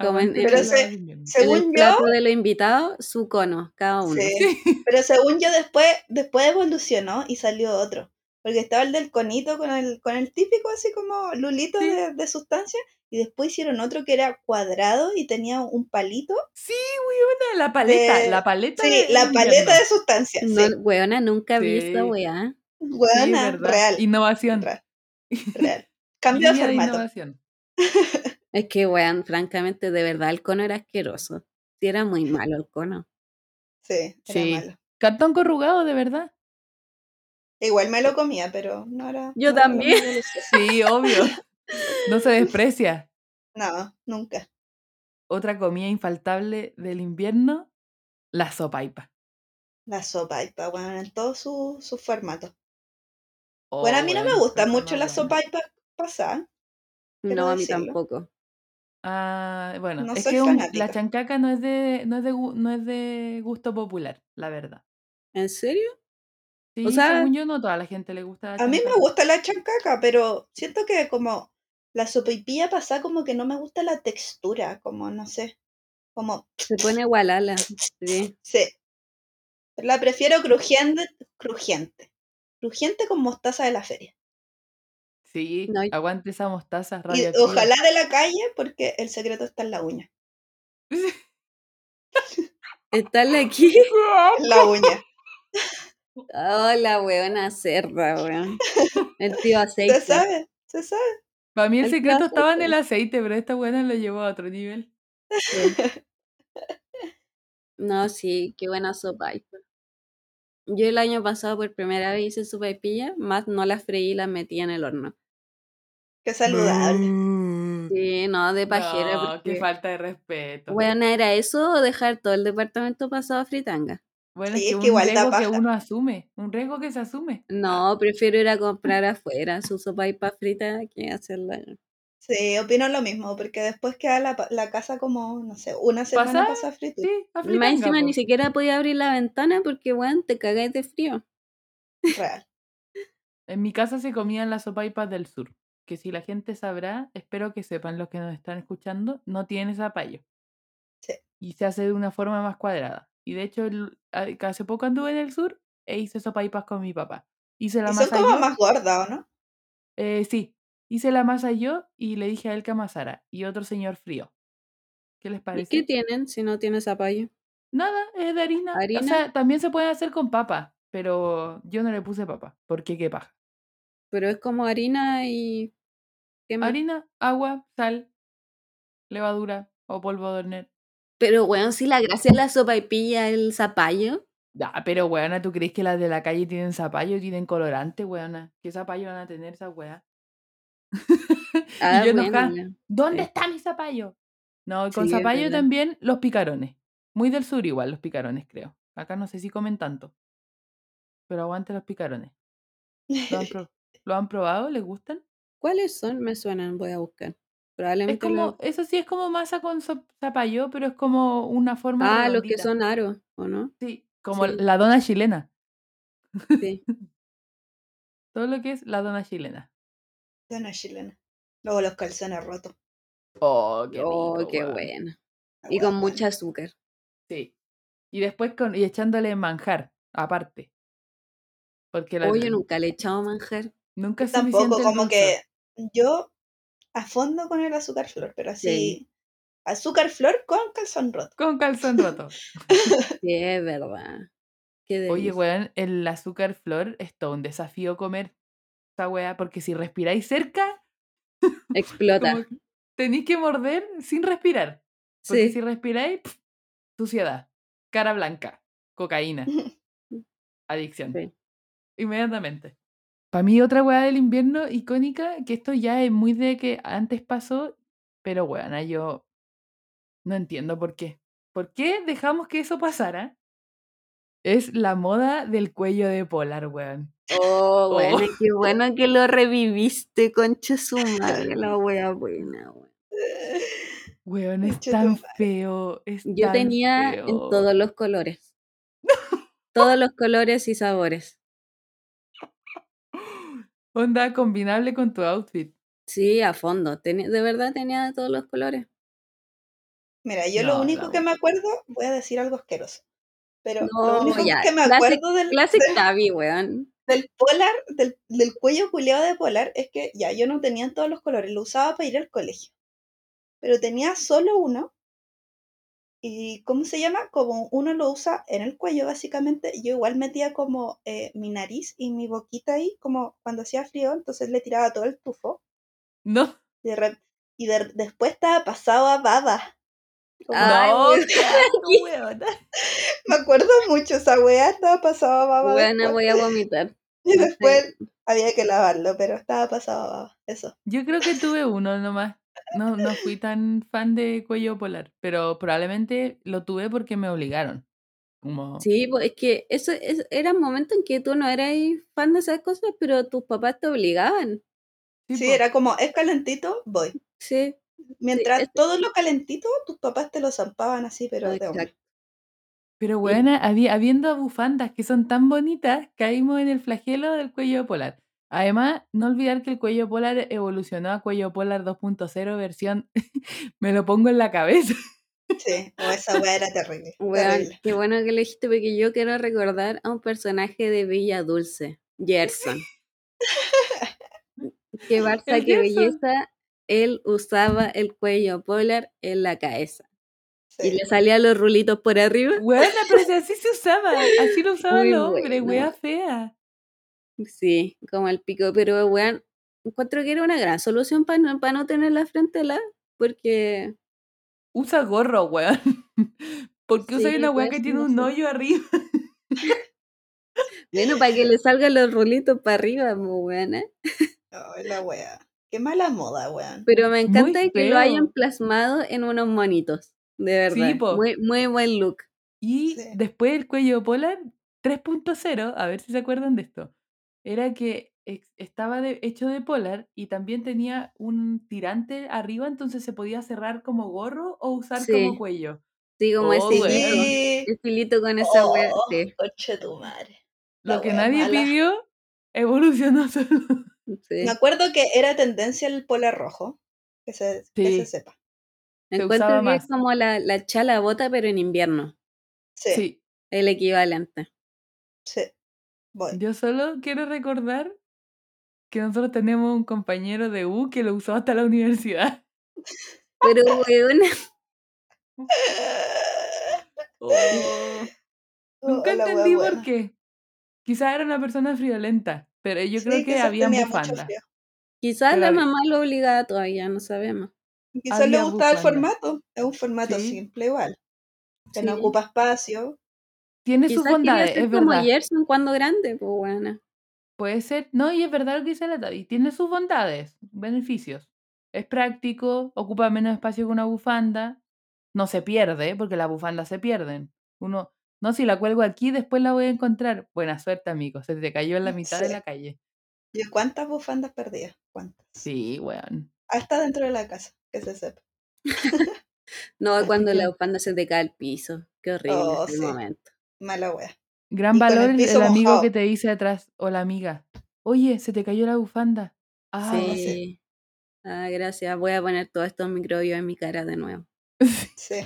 Speaker 2: Como en-
Speaker 3: Aguante
Speaker 2: en
Speaker 3: el
Speaker 1: el-
Speaker 3: helado de invierno.
Speaker 1: se- Según
Speaker 2: en
Speaker 1: yo-
Speaker 2: el plato de los invitados, su cono, cada uno.
Speaker 1: Sí. Pero según yo, después, después evolucionó y salió otro. Porque estaba el del conito con el, con el típico, así como lulito
Speaker 3: Sí.
Speaker 1: de, de sustancia. Y después hicieron otro que era cuadrado y tenía un palito.
Speaker 3: Sí, weón, la paleta,
Speaker 1: De-
Speaker 3: la paleta.
Speaker 1: Sí,
Speaker 3: de
Speaker 1: la
Speaker 3: invierno.
Speaker 1: paleta de sustancia.
Speaker 2: No,
Speaker 1: Sí.
Speaker 2: weona, nunca vi
Speaker 3: Sí.
Speaker 2: esa weá.
Speaker 3: Sí,
Speaker 1: Buena,
Speaker 3: verdad.
Speaker 1: real,
Speaker 3: Innovación.
Speaker 1: real, real. Cambio de
Speaker 3: Línea
Speaker 1: formato.
Speaker 3: innovación.
Speaker 2: Es que, weón, francamente, de verdad, el cono era asqueroso. Sí, era muy malo el cono.
Speaker 1: Sí, era
Speaker 3: Sí.
Speaker 1: malo.
Speaker 3: Cartón corrugado, de verdad.
Speaker 1: Igual me lo comía, pero no era. no era
Speaker 2: Yo
Speaker 1: lo
Speaker 2: también.
Speaker 1: más delicioso.
Speaker 3: Sí, obvio. No se desprecia.
Speaker 1: No, nunca.
Speaker 3: Otra comida infaltable del invierno, la sopaipa.
Speaker 1: La sopa ipa, bueno, en todos sus sus formatos.
Speaker 3: Oh,
Speaker 1: Bueno, a mí no
Speaker 3: weón,
Speaker 1: me gusta
Speaker 3: sopa
Speaker 1: mucho la
Speaker 3: más buena.
Speaker 1: sopa ipa pasada. Quiero
Speaker 2: No, a mí
Speaker 1: decirlo.
Speaker 2: tampoco.
Speaker 3: Ah, bueno,
Speaker 1: No
Speaker 3: es
Speaker 1: soy
Speaker 3: que un- la
Speaker 1: fanática.
Speaker 3: chancaca no es de no es de gu- no es de gusto popular, la verdad.
Speaker 2: ¿En serio?
Speaker 3: Sí,
Speaker 2: O sea-
Speaker 3: según yo no toda la gente le gusta la
Speaker 1: A mí me
Speaker 3: chancaca.
Speaker 1: gusta la chancaca, pero siento que como la sopaipilla pasada como que no me gusta la textura, como no sé, como
Speaker 2: Se pone gualala. Sí.
Speaker 1: sí. La prefiero crujiente, crujiente. Crujiente con mostaza de la feria.
Speaker 3: Sí,
Speaker 2: No, y-
Speaker 3: aguante esa mostaza
Speaker 1: Y
Speaker 3: radioactiva.
Speaker 1: ojalá de la calle porque el secreto está en la uña.
Speaker 2: Está la aquí.
Speaker 1: En la uña.
Speaker 2: Hola, weona cerda, weón. El tío aceite.
Speaker 1: Se sabe, se sabe.
Speaker 3: Para mí el
Speaker 2: El
Speaker 3: secreto
Speaker 2: plato,
Speaker 3: estaba en
Speaker 2: sí.
Speaker 3: el aceite, pero esta buena lo llevó a otro nivel.
Speaker 2: Sí. No, sí, qué buena sopa. pues. Yo el año pasado por primera vez hice sopaipilla, más no las freí y las metí en el horno.
Speaker 1: Qué saludable.
Speaker 3: Mm.
Speaker 2: Sí, no, de pajera.
Speaker 3: No, qué
Speaker 2: porque,
Speaker 3: falta de respeto.
Speaker 2: weona, ¿era eso o dejar todo el departamento pasado a fritanga?
Speaker 3: Bueno,
Speaker 1: Sí,
Speaker 3: es que
Speaker 1: es
Speaker 3: un
Speaker 1: que igual da
Speaker 3: riesgo que
Speaker 1: paja.
Speaker 3: uno asume, un riesgo que se asume.
Speaker 2: No, prefiero ir a comprar afuera su sopa frita que hacerla.
Speaker 1: Sí, opino lo mismo, porque después queda la, pa- la casa como, no sé, una semana
Speaker 3: ¿Pasada?
Speaker 1: pasada fritura.
Speaker 3: Sí, a
Speaker 2: Más encima
Speaker 3: fritanga, po.
Speaker 2: ni siquiera podía abrir la ventana porque, weón, te cagáis de frío.
Speaker 1: Real.
Speaker 3: En mi casa se comían las sopaipas del sur, que si la gente sabrá, espero que sepan los que nos están escuchando, no tiene zapallo.
Speaker 1: Sí.
Speaker 3: Y se hace de una forma más cuadrada. Y de hecho, el- a- que hace poco anduve en el sur e hice sopaipas con mi papá. Hice la
Speaker 1: Y son
Speaker 3: masa
Speaker 1: como
Speaker 3: yo,
Speaker 1: más gordas, ¿o no?
Speaker 3: eh, sí, hice la masa yo y le dije a él que amasara y otro señor frío. ¿Qué les
Speaker 2: ¿Y
Speaker 3: parece?
Speaker 2: qué tienen si no tienes zapallo?
Speaker 3: Nada, es de harina.
Speaker 2: ¿Harina?
Speaker 3: O sea, también se puede hacer con papa, pero yo no le puse papa, porque qué paja.
Speaker 2: Pero es como harina y... ¿qué más?
Speaker 3: Harina, agua, sal, levadura o polvo de hornear.
Speaker 2: Pero, weón, si la gracia es la sopa y pilla el zapallo.
Speaker 3: Ah, pero weona, ¿tú crees que las de la calle tienen zapallo, tienen colorante, weona? ¿Qué zapallo van a tener esas weas?
Speaker 2: Ah,
Speaker 3: y yo
Speaker 2: bueno,
Speaker 3: enojada,
Speaker 2: ya.
Speaker 3: ¿dónde
Speaker 2: sí.
Speaker 3: está mi zapallo? No, y con
Speaker 2: Sí, es
Speaker 3: zapallo
Speaker 2: verdad.
Speaker 3: también los picarones. Muy del sur igual los picarones, creo. Acá no sé si comen tanto, pero aguante los picarones. ¿Lo han, pro- ¿lo han probado? ¿Les gustan?
Speaker 2: ¿Cuáles son? Me suenan, voy a buscar.
Speaker 3: Es
Speaker 2: Probablemente
Speaker 3: como,
Speaker 2: lo...
Speaker 3: eso sí es como masa con so- zapallo, pero es como una forma
Speaker 2: Ah, los que
Speaker 3: redondita.
Speaker 2: son aros, ¿o no?
Speaker 3: Sí, como
Speaker 2: sí.
Speaker 3: la dona chilena.
Speaker 2: Sí.
Speaker 3: Todo lo que es la dona chilena.
Speaker 1: Dona chilena. Luego los calzones rotos.
Speaker 3: Oh, qué
Speaker 2: oh,
Speaker 3: rico,
Speaker 2: qué
Speaker 3: weón.
Speaker 2: bueno.
Speaker 1: La
Speaker 2: Y
Speaker 1: wea buena.
Speaker 2: con mucho azúcar.
Speaker 3: Sí. Y después con, y echándole manjar, aparte. Porque la-
Speaker 2: Hoy yo nunca le he echado manjar.
Speaker 3: nunca es
Speaker 1: Tampoco,
Speaker 3: suficiente el
Speaker 1: como
Speaker 3: dulzor.
Speaker 1: que yo a fondo con el azúcar flor, pero así.
Speaker 2: Sí.
Speaker 1: Azúcar flor con calzón roto.
Speaker 3: Con calzón roto.
Speaker 2: Sí, es verdad. Qué
Speaker 3: Oye,
Speaker 2: delicia.
Speaker 3: weón, el azúcar flor es todo un desafío comer esa weá, porque si respiráis cerca,
Speaker 2: Explota.
Speaker 3: como que tenéis que morder sin respirar. Porque
Speaker 2: Sí.
Speaker 3: si respiráis, pf, suciedad, cara blanca, cocaína, adicción.
Speaker 2: Sí.
Speaker 3: Inmediatamente. Para mí, otra weá del invierno icónica, que esto ya es muy de que antes pasó, pero weona, yo no entiendo por qué. ¿Por qué dejamos que eso pasara? Es la moda del cuello de polar, weón.
Speaker 2: Oh,
Speaker 3: Oh.
Speaker 2: bueno, qué bueno que lo reviviste, concha su madre, la wea buena, weón.
Speaker 3: Weón, es
Speaker 1: Conche tu
Speaker 3: tan
Speaker 1: madre.
Speaker 3: feo. Es
Speaker 2: Yo
Speaker 3: tan
Speaker 2: tenía en
Speaker 3: feo.
Speaker 2: todos los colores. todos los colores y sabores.
Speaker 3: Onda combinable con tu outfit.
Speaker 2: Sí, a fondo. Tenía- de verdad tenía de todos los colores.
Speaker 1: Mira, yo
Speaker 3: No,
Speaker 1: lo único
Speaker 3: la
Speaker 1: que
Speaker 3: wea.
Speaker 1: me acuerdo, voy a decir algo asqueroso. Pero
Speaker 2: No,
Speaker 1: lo único
Speaker 2: ya,
Speaker 1: que me
Speaker 2: clase-
Speaker 1: acuerdo del,
Speaker 2: Classic
Speaker 1: del-
Speaker 2: Tabi, weón.
Speaker 1: del polar, del, del cuello culeado de polar, es que ya yo no tenía en todos los colores, lo usaba para ir al colegio. Pero tenía solo uno. ¿Y cómo se llama? Como uno lo usa en el cuello, básicamente, yo igual metía como eh, mi nariz y mi boquita ahí, como cuando hacía frío, entonces le tiraba todo el tufo.
Speaker 3: No.
Speaker 1: Y, de rep- y de- después estaba pasado a baba. Como-
Speaker 2: Ay,
Speaker 3: no,
Speaker 2: weón.
Speaker 3: qué asco, weona.
Speaker 1: Me acuerdo mucho, esa weá estaba pasado a baba.
Speaker 2: Bueno,
Speaker 1: después.
Speaker 2: voy a vomitar.
Speaker 1: Y después había que lavarlo, pero estaba pasado a baba. Eso.
Speaker 3: Yo creo que tuve uno nomás. No, no fui tan fan de cuello polar, pero probablemente lo tuve porque me obligaron. Como,
Speaker 2: Sí, pues, es que eso, es- era un momento en que tú no eras fan de esas cosas, pero tus papás te obligaban.
Speaker 1: Sí,
Speaker 3: po.
Speaker 1: era como, es calentito, voy.
Speaker 2: Sí,
Speaker 1: Mientras
Speaker 2: es-
Speaker 1: todo lo calentito, tus papás te lo zampaban así, pero de una.
Speaker 2: exacto.
Speaker 3: Pero bueno, habiendo bufandas que son tan bonitas, caímos en el flagelo del cuello polar. Además, no olvidar que el cuello polar evolucionó a cuello polar 2.0 versión me lo pongo en la cabeza.
Speaker 1: Sí, o esa weá era terrible.
Speaker 2: Weón,
Speaker 1: terrible.
Speaker 2: qué bueno que elegiste porque yo quiero recordar a un personaje de Villa Dulce, Gerson. que Barça,
Speaker 3: El
Speaker 2: qué
Speaker 3: Gerson.
Speaker 2: belleza, él usaba el cuello polar en la cabeza.
Speaker 1: Sí.
Speaker 2: Y le salían los rulitos por arriba.
Speaker 3: Buena, pero si así se usaba, así lo usaban
Speaker 2: Muy
Speaker 3: los hombres,
Speaker 2: bueno.
Speaker 3: wea fea.
Speaker 2: Sí, como el pico, pero weón, encuentro que era una gran solución para no, pa no tener la frente la, porque
Speaker 3: Usa gorro, weón. Porque usa
Speaker 2: Sí,
Speaker 3: una weá
Speaker 2: pues,
Speaker 3: que tiene
Speaker 2: no
Speaker 3: un
Speaker 2: sé.
Speaker 3: hoyo arriba.
Speaker 2: bueno, para que le salgan los rulitos para arriba, muy buena.
Speaker 1: Ay, la weá. Qué mala moda, weón.
Speaker 2: Pero me encanta que lo hayan
Speaker 3: feo.
Speaker 2: plasmado en unos monitos, de verdad.
Speaker 3: po.
Speaker 2: muy, muy buen look.
Speaker 3: Y
Speaker 1: Sí.
Speaker 3: después el cuello polar 3.0, a ver si se acuerdan de esto. Era que ex- estaba de- hecho de polar y también tenía un tirante arriba, entonces se podía cerrar como gorro o usar
Speaker 2: Sí.
Speaker 3: como cuello.
Speaker 2: Sí, como
Speaker 3: Oh,
Speaker 2: ese
Speaker 3: bueno.
Speaker 2: hilito,
Speaker 1: Sí.
Speaker 2: ese hilito con esa wea,
Speaker 1: Oh,
Speaker 2: sí,
Speaker 1: conche tu madre. La
Speaker 3: Lo que
Speaker 1: wea
Speaker 3: nadie
Speaker 1: mala.
Speaker 3: pidió evolucionó solo.
Speaker 2: sí.
Speaker 1: Me acuerdo que era tendencia el polar rojo. Que se, que
Speaker 3: Sí.
Speaker 1: se sepa.
Speaker 3: se
Speaker 2: Encuentro
Speaker 3: usaba
Speaker 2: que es
Speaker 3: más.
Speaker 2: como la, la chala bota, pero en invierno,
Speaker 1: Sí, sí.
Speaker 2: el equivalente.
Speaker 1: Voy.
Speaker 3: Yo solo quiero recordar que nosotros tenemos un compañero de U que lo usó hasta la universidad.
Speaker 2: Pero weón,
Speaker 1: Oh,
Speaker 3: Nunca
Speaker 1: la wea
Speaker 3: entendí por
Speaker 1: buena.
Speaker 3: qué. Quizá era una persona friolenta, pero yo creo
Speaker 1: Sí,
Speaker 3: que
Speaker 1: quizás
Speaker 3: había
Speaker 1: tenía mucho
Speaker 3: bufanda.
Speaker 1: frío.
Speaker 2: quizás
Speaker 3: Pero
Speaker 2: la
Speaker 3: había-
Speaker 2: mamá lo obligaba todavía, no sabemos.
Speaker 1: Quizás le
Speaker 3: Había
Speaker 1: gustaba el
Speaker 3: bufanda.
Speaker 1: formato. Es un formato
Speaker 3: Sí.
Speaker 1: simple igual. Que no
Speaker 2: Sí.
Speaker 1: ocupa espacio.
Speaker 3: Tiene sus
Speaker 2: Quizás quería
Speaker 3: bondades,
Speaker 2: ser
Speaker 3: es
Speaker 2: como
Speaker 3: verdad.
Speaker 2: Gerson cuando grande, pues buena.
Speaker 3: Puede ser. No, y es verdad lo que dice la Tadi. Tiene sus bondades, beneficios. Es práctico, ocupa menos espacio que una bufanda. No se pierde, porque las bufandas se pierden. Uno, no, si la cuelgo aquí, después la voy a encontrar. Buena suerte, amigo. Se te cayó en la mitad de
Speaker 1: Sí.
Speaker 3: la calle.
Speaker 1: ¿Y cuántas bufandas perdidas? ¿Cuántas?
Speaker 3: Sí, weón.
Speaker 1: Hasta dentro de la casa. que se sepa.
Speaker 2: No, cuando la bufanda se te cae al piso. Qué horrible
Speaker 1: Oh,
Speaker 2: ese
Speaker 1: sí.
Speaker 2: momento.
Speaker 1: Mala wea.
Speaker 3: Gran
Speaker 1: Y con el
Speaker 3: valor el,
Speaker 1: piso
Speaker 3: amigo
Speaker 1: mojado.
Speaker 3: que te dice atrás o la amiga. Oye, se te cayó la bufanda. Ah,
Speaker 1: no
Speaker 2: sí. Ah, gracias. Voy a poner todos estos microbios en mi cara de nuevo.
Speaker 1: Sí.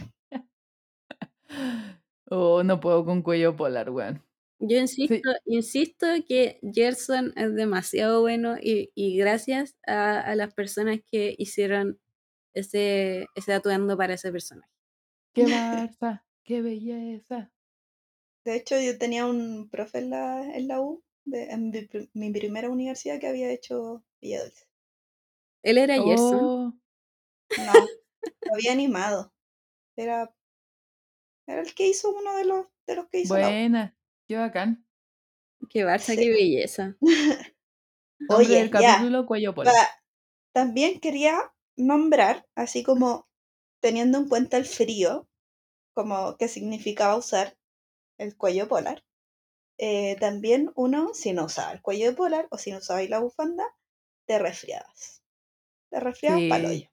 Speaker 3: Oh, no puedo con cuello polar, weón.
Speaker 2: Yo insisto, insisto que Gerson es demasiado bueno y, y gracias a, a las personas que hicieron ese, ese atuendo para ese personaje.
Speaker 3: Qué barza, qué belleza.
Speaker 1: De hecho, yo tenía un profe en la, en la U, de- en mi, pri- mi primera universidad que había hecho Villa Dulce.
Speaker 2: Él era Gerson.
Speaker 3: Oh,
Speaker 1: No, lo había animado. Era, era el que hizo uno de los, de los que hizo la U.
Speaker 3: buena, qué bacán.
Speaker 2: Qué barza,
Speaker 1: Sí.
Speaker 2: qué belleza.
Speaker 3: Nombre
Speaker 1: Oye,
Speaker 3: del
Speaker 1: ya.
Speaker 3: capítulo, cuello polar.
Speaker 1: Pa- también quería nombrar, así como teniendo en cuenta el frío, como que significaba usar el cuello polar. eh, también uno, si no usaba el cuello polar o si no usabais la bufanda, te resfriabas. Te resfriabas
Speaker 3: Sí.
Speaker 1: paloyo.
Speaker 3: Es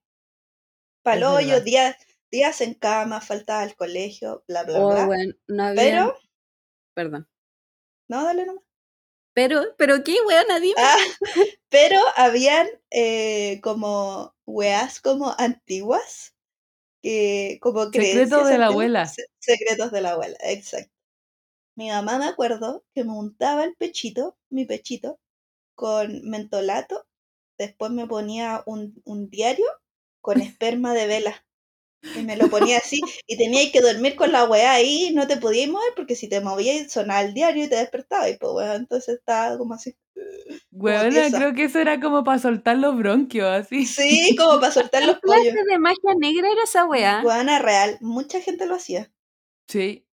Speaker 1: Paloyo,
Speaker 3: verdad.
Speaker 1: días, días en cama, faltaba al colegio, bla, bla,
Speaker 2: Oh,
Speaker 1: bla.
Speaker 2: weón, no había...
Speaker 1: Pero,
Speaker 2: Perdón.
Speaker 1: no, dale nomás.
Speaker 2: Pero, pero qué, weón, nadie...
Speaker 1: Ah, pero habían eh, como weas como antiguas, que como creencias
Speaker 3: Secretos de la
Speaker 1: antiguas,
Speaker 3: abuela.
Speaker 1: se- Secretos de la abuela, exacto. Mi mamá me acuerdo que me untaba el pechito, mi pechito, con mentolato, después me ponía un, un diario con esperma de vela. Y me lo ponía así, y teníais que dormir con la weá ahí, no te podías mover, porque si te movías sonaba el diario y te despertaba, y pues weón, entonces estaba como así.
Speaker 3: Weona,
Speaker 1: tiesa.
Speaker 3: creo que eso era como para soltar los bronquios, así.
Speaker 1: Sí, como para soltar los pollos.
Speaker 2: clase de magia negra era esa weá?
Speaker 1: Guana real, mucha gente lo hacía.
Speaker 3: Sí.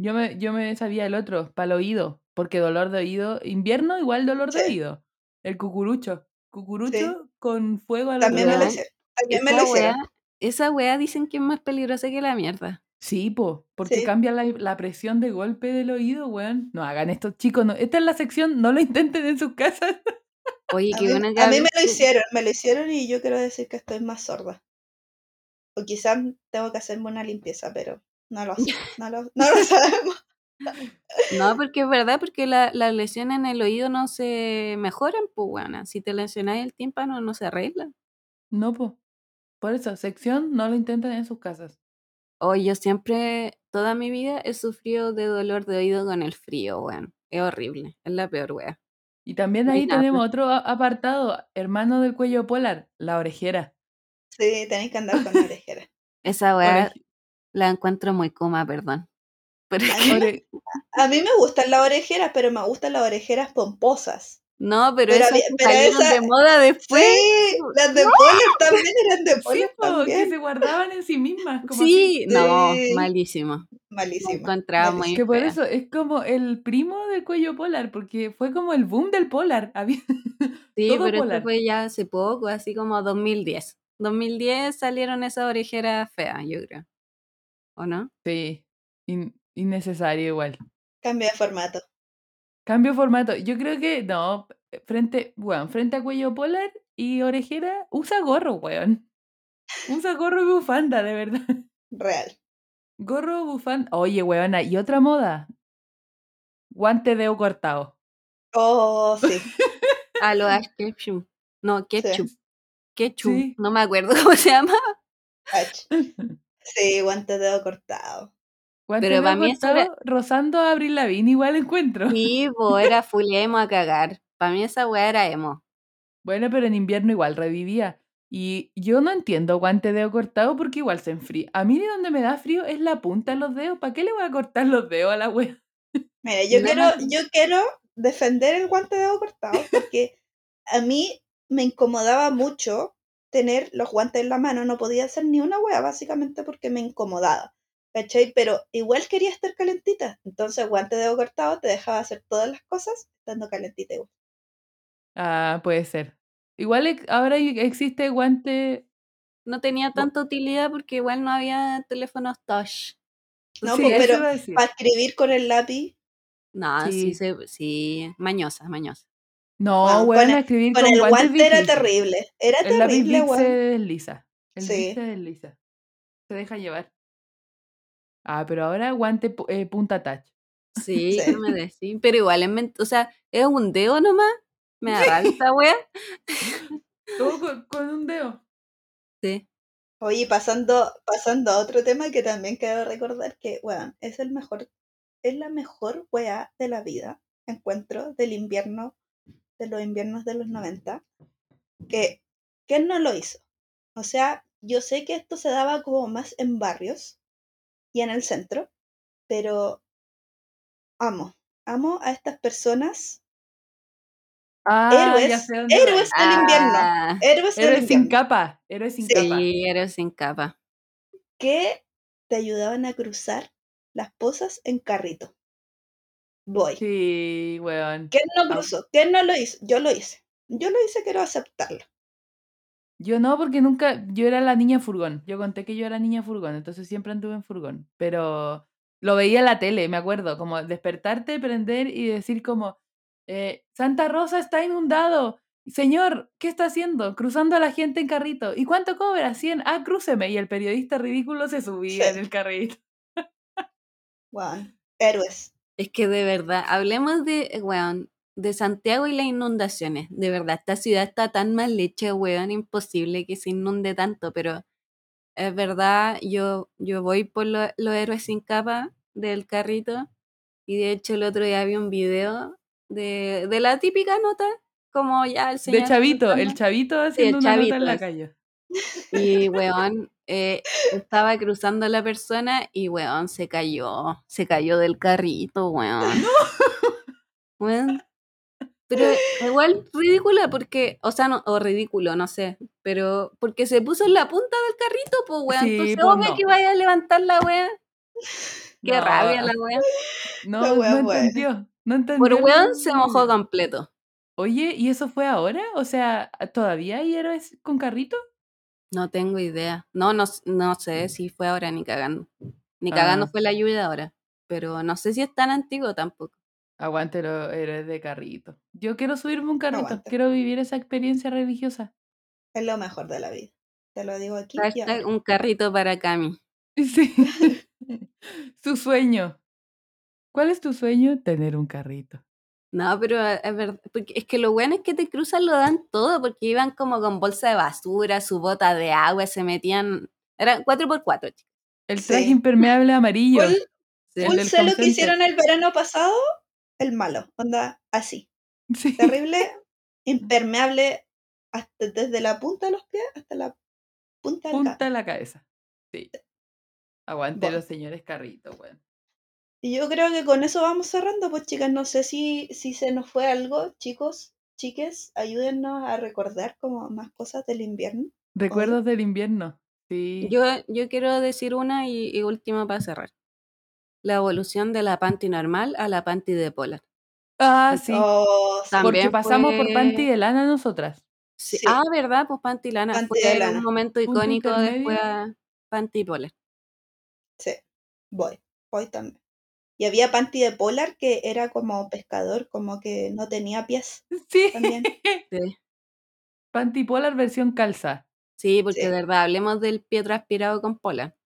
Speaker 3: Yo me, yo me sabía el otro, para el oído, porque dolor de oído, invierno igual dolor de
Speaker 1: Sí.
Speaker 3: oído. El cucurucho. Cucurucho con fuego al
Speaker 1: También me
Speaker 3: otro
Speaker 1: lo
Speaker 2: Ya.
Speaker 3: lado.
Speaker 1: hicieron. También me
Speaker 2: Esa
Speaker 1: lo hicieron.
Speaker 2: weá, esa weá dicen que es más peligrosa que la mierda.
Speaker 3: Sí, po, porque
Speaker 1: Sí.
Speaker 3: cambia la, la presión de golpe del oído, weón. No hagan esto, chicos. No. Esta es la sección, no lo intenten en sus casas.
Speaker 2: Oye,
Speaker 1: A
Speaker 2: qué
Speaker 1: mí,
Speaker 2: buena
Speaker 1: a mí me lo
Speaker 2: cabeza.
Speaker 1: hicieron, me lo hicieron y yo quiero decir que estoy más sorda. O quizás tengo que hacerme una limpieza, pero no lo sé. No lo, no lo sabemos.
Speaker 2: No, porque es verdad, porque la- las lesiones en el oído no se mejoran, pues weona. Si te lesionáis el tímpano, no se arregla.
Speaker 3: No, po. Por eso, sección, no lo intenten en sus casas.
Speaker 2: Oye, Oh, yo siempre, toda mi vida, he sufrido de dolor de oído con el frío, weón. Es horrible, es la peor weá.
Speaker 3: Y también
Speaker 2: No hay
Speaker 3: ahí
Speaker 2: nada.
Speaker 3: tenemos otro a- apartado, hermano del cuello polar, la orejera.
Speaker 1: Sí, tenéis que andar con la orejera.
Speaker 2: Esa
Speaker 1: e
Speaker 2: weá
Speaker 3: Orej-
Speaker 2: la encuentro muy coma, perdón. e, Pero es
Speaker 1: A
Speaker 2: que-
Speaker 1: mí, me,
Speaker 3: ore-
Speaker 1: a mí me gustan las orejeras, pero me gustan las orejeras pomposas.
Speaker 2: no, pero,
Speaker 1: Pero
Speaker 2: esas
Speaker 1: había-
Speaker 2: que
Speaker 1: pero
Speaker 2: salieron
Speaker 1: esa-
Speaker 2: de moda después.
Speaker 1: Sí, las de polar también eran de
Speaker 3: Sí,
Speaker 1: polar
Speaker 3: po, que
Speaker 1: también.
Speaker 3: se guardaban en sí mismas. Como
Speaker 2: Sí, no,
Speaker 1: Sí.
Speaker 2: malísimo. La
Speaker 1: Malísima.
Speaker 2: encontraba
Speaker 3: así.
Speaker 2: muy
Speaker 3: Que por
Speaker 2: fea.
Speaker 3: eso es como el primo del cuello polar, porque fue como el boom del polar. Había...
Speaker 2: Sí,
Speaker 3: Todo
Speaker 2: pero esto
Speaker 3: polar.
Speaker 2: fue ya hace poco, así como 2010. 2010 salieron esas orejeras feas, yo creo. ¿O no?
Speaker 3: Sí, in- innecesario igual.
Speaker 1: Cambio de formato.
Speaker 3: Cambio de formato. Yo creo que no, eh, frente, weón, frente a cuello polar y orejera, usa gorro, weón. Usa gorro y bufanda, de verdad.
Speaker 1: Real.
Speaker 3: Gorro, bufanda. Oye, weona, y otra moda. Guante de dedo cortado.
Speaker 1: Oh, sí.
Speaker 2: A Ah, lo Ash Ketchum. No, Ketchup. Ketchum.
Speaker 3: Sí.
Speaker 2: No me acuerdo cómo se llama.
Speaker 1: Ach. Sí, guante de dedo cortado.
Speaker 3: Guante
Speaker 2: Pero
Speaker 3: de
Speaker 2: para
Speaker 3: dedo
Speaker 2: mí eso era-
Speaker 3: cortado, rozando a Abril Lavigne, igual encuentro.
Speaker 2: Sí, bo, era full emo a cagar. Para mí esa weá era emo.
Speaker 3: Bueno, pero en invierno igual revivía. Y yo no entiendo guante de dedo cortado porque igual se enfría. A mí de donde me da frío es la punta de los dedos. ¿Para qué le voy a cortar los dedos a la wea?
Speaker 1: Mira, yo
Speaker 2: No.
Speaker 1: quiero, yo quiero defender el guante de dedo cortado porque a mí me incomodaba mucho tener los guantes en la mano. No podía hacer ni una hueá, básicamente, porque me incomodaba. ¿Cachai? Pero igual quería estar calentita. Entonces, guante de dedo cortado te dejaba hacer todas las cosas estando calentita igual.
Speaker 3: Ah, puede ser. Igual ex- ahora e- existe guante.
Speaker 2: No tenía tanta utilidad porque igual no había teléfonos touch.
Speaker 1: No,
Speaker 3: sí,
Speaker 1: pues,
Speaker 3: eso
Speaker 1: pero
Speaker 3: iba a decir.
Speaker 1: para escribir con el lápiz,
Speaker 2: No,
Speaker 3: Sí.
Speaker 2: sí, se- sí. Mañosa, mañosa.
Speaker 1: Bueno,
Speaker 3: No, weón,
Speaker 1: con el-
Speaker 3: escribir
Speaker 1: con
Speaker 3: con
Speaker 1: el
Speaker 3: guantes
Speaker 1: guante era
Speaker 3: difícil.
Speaker 1: terrible. Era
Speaker 3: El lápiz
Speaker 1: terrible,
Speaker 3: Bic se
Speaker 1: weón.
Speaker 3: desliza. El
Speaker 1: Sí.
Speaker 3: Luis se desliza. Se deja llevar. Ah, pero ahora guante pu- eh, punta touch.
Speaker 2: Sí,
Speaker 1: Sí.
Speaker 2: no me decís. Pero igual, es ment- o sea, es un dedo nomás. Me agarra esta wea.
Speaker 3: Todo con, con un dedo.
Speaker 2: Sí.
Speaker 1: Oye, pasando, pasando a otro tema que también quiero recordar que, weón, es el mejor, es la mejor weá de la vida, encuentro, del invierno, de los inviernos de los 90, que, que no lo hizo. O sea, yo sé que esto se daba como más en barrios y en el centro, pero amo, amo a estas personas,
Speaker 3: Ah, ya
Speaker 1: Héroes,
Speaker 3: sé dónde va.
Speaker 1: héroes. Está el invierno.
Speaker 2: Ah,
Speaker 1: héroes del
Speaker 3: Héroes sin
Speaker 1: invierno,
Speaker 3: capa. Héroes sin
Speaker 1: Sí.
Speaker 3: capa.
Speaker 2: Sí, héroes sin capa.
Speaker 1: que te ayudaban a cruzar las pozas en carrito. Voy.
Speaker 3: Sí, weón.
Speaker 1: ¿Quién no
Speaker 3: Ah.
Speaker 1: cruzó? ¿Quién no lo hizo? Yo lo hice. Yo lo hice, quiero aceptarlo.
Speaker 3: Yo no, porque nunca, yo era la niña furgón. Yo conté que yo era niña furgón, entonces siempre anduve en furgón. Pero lo veía en la tele, me acuerdo, como despertarte, prender y decir como, eh, Santa Rosa está inundado. Señor, ¿qué está haciendo? Cruzando a la gente en carrito. ¿Y cuánto cobra? 100. Ah, crúceme. Y el periodista ridículo se subía
Speaker 1: Sí.
Speaker 3: en el carrito.
Speaker 1: Weón, Héroes.
Speaker 2: Es que de verdad, hablemos de, eh, weón, de Santiago y las inundaciones. De verdad, esta ciudad está tan mal hecha, weón, imposible que se inunde tanto, pero es verdad, yo, yo voy por lo- los héroes sin capa del carrito y de hecho el otro día vi un video de, de la típica nota, como ya el señor...
Speaker 3: De chavito, el
Speaker 2: cantando.
Speaker 3: chavito haciendo una nota en la
Speaker 2: chavitos.
Speaker 3: calle.
Speaker 2: Y, weón, eh, estaba cruzando la persona y, weón, se cayó. Se cayó del carrito, weón. Weón. Pero igual ridícula porque, o sea, no, o ridículo, no sé, pero porque se puso en la punta del carrito, pues, weón.
Speaker 3: Sí,
Speaker 2: Entonces,
Speaker 3: pues,
Speaker 2: obvio
Speaker 3: no.
Speaker 2: que vaya a levantar la weón. Qué
Speaker 3: No,
Speaker 2: rabia la weón.
Speaker 3: No,
Speaker 1: La
Speaker 3: no
Speaker 1: wea buena.
Speaker 3: entendió. No entendió.
Speaker 2: Por
Speaker 3: el-
Speaker 2: weón se mojó completo.
Speaker 3: Oye, ¿y eso fue ahora? O sea, ¿todavía hay héroes con carrito?
Speaker 2: No tengo idea. No, no, s- no sé si fue ahora ni cagando. Ni
Speaker 3: Ah.
Speaker 2: cagando fue la lluvia ahora. Pero no sé si es tan antiguo tampoco.
Speaker 3: Aguante los héroes de carrito. Yo quiero subirme un carrito.
Speaker 1: Aguante.
Speaker 3: Quiero vivir esa experiencia religiosa.
Speaker 1: Es lo mejor de la vida. Te lo digo aquí. y
Speaker 2: Hashtag
Speaker 1: ahora.
Speaker 2: un carrito para Cami.
Speaker 3: Sí. Su sueño. ¿Cuál es tu sueño? Tener un carrito.
Speaker 2: No, pero eh, es verdad. porque es que lo bueno es que te cruzan, lo dan todo, porque iban como con bolsa de basura, su bota de agua, se metían. Eran 4x4, chicos.
Speaker 3: El
Speaker 1: Sí.
Speaker 3: traje impermeable amarillo.
Speaker 1: Full,
Speaker 2: Sí.
Speaker 3: El
Speaker 1: full
Speaker 3: del
Speaker 1: sé lo
Speaker 3: call
Speaker 1: que
Speaker 3: center.
Speaker 1: hicieron el verano pasado, el malo. Onda así.
Speaker 3: Sí.
Speaker 1: Terrible, impermeable, hasta, desde la punta de los pies hasta la punta del
Speaker 3: Punta
Speaker 1: ca-
Speaker 3: a la cabeza. Sí. Aguante
Speaker 1: Bueno.
Speaker 3: los señores carrito, weón.
Speaker 1: Y yo creo que con eso vamos cerrando, pues chicas, no sé si, si se nos fue algo, chicos, chiques, ayúdennos a recordar como más cosas del invierno.
Speaker 3: Recuerdos del invierno. Sí.
Speaker 2: Yo, yo quiero decir una y, y última para cerrar. La evolución de la panty normal a la panty de polar.
Speaker 3: Ah, sí.
Speaker 1: Oh, sí.
Speaker 2: También
Speaker 3: Porque pasamos por
Speaker 2: fue-
Speaker 3: panty de lana nosotras.
Speaker 2: Sí.
Speaker 1: Sí.
Speaker 2: Ah, ¿verdad? Pues panty lana
Speaker 1: Panty
Speaker 2: fue
Speaker 1: de lana.
Speaker 2: un momento
Speaker 3: Punto
Speaker 2: icónico después
Speaker 3: intermedio.
Speaker 2: a panty polar.
Speaker 1: Sí, voy, voy también. Y había panty de polar que era como pescador, como que no tenía pies
Speaker 3: Sí.
Speaker 1: también.
Speaker 2: Sí.
Speaker 3: Panty polar versión calza.
Speaker 2: Sí, porque
Speaker 1: Sí.
Speaker 2: de verdad, hablemos del pie transpirado con polar.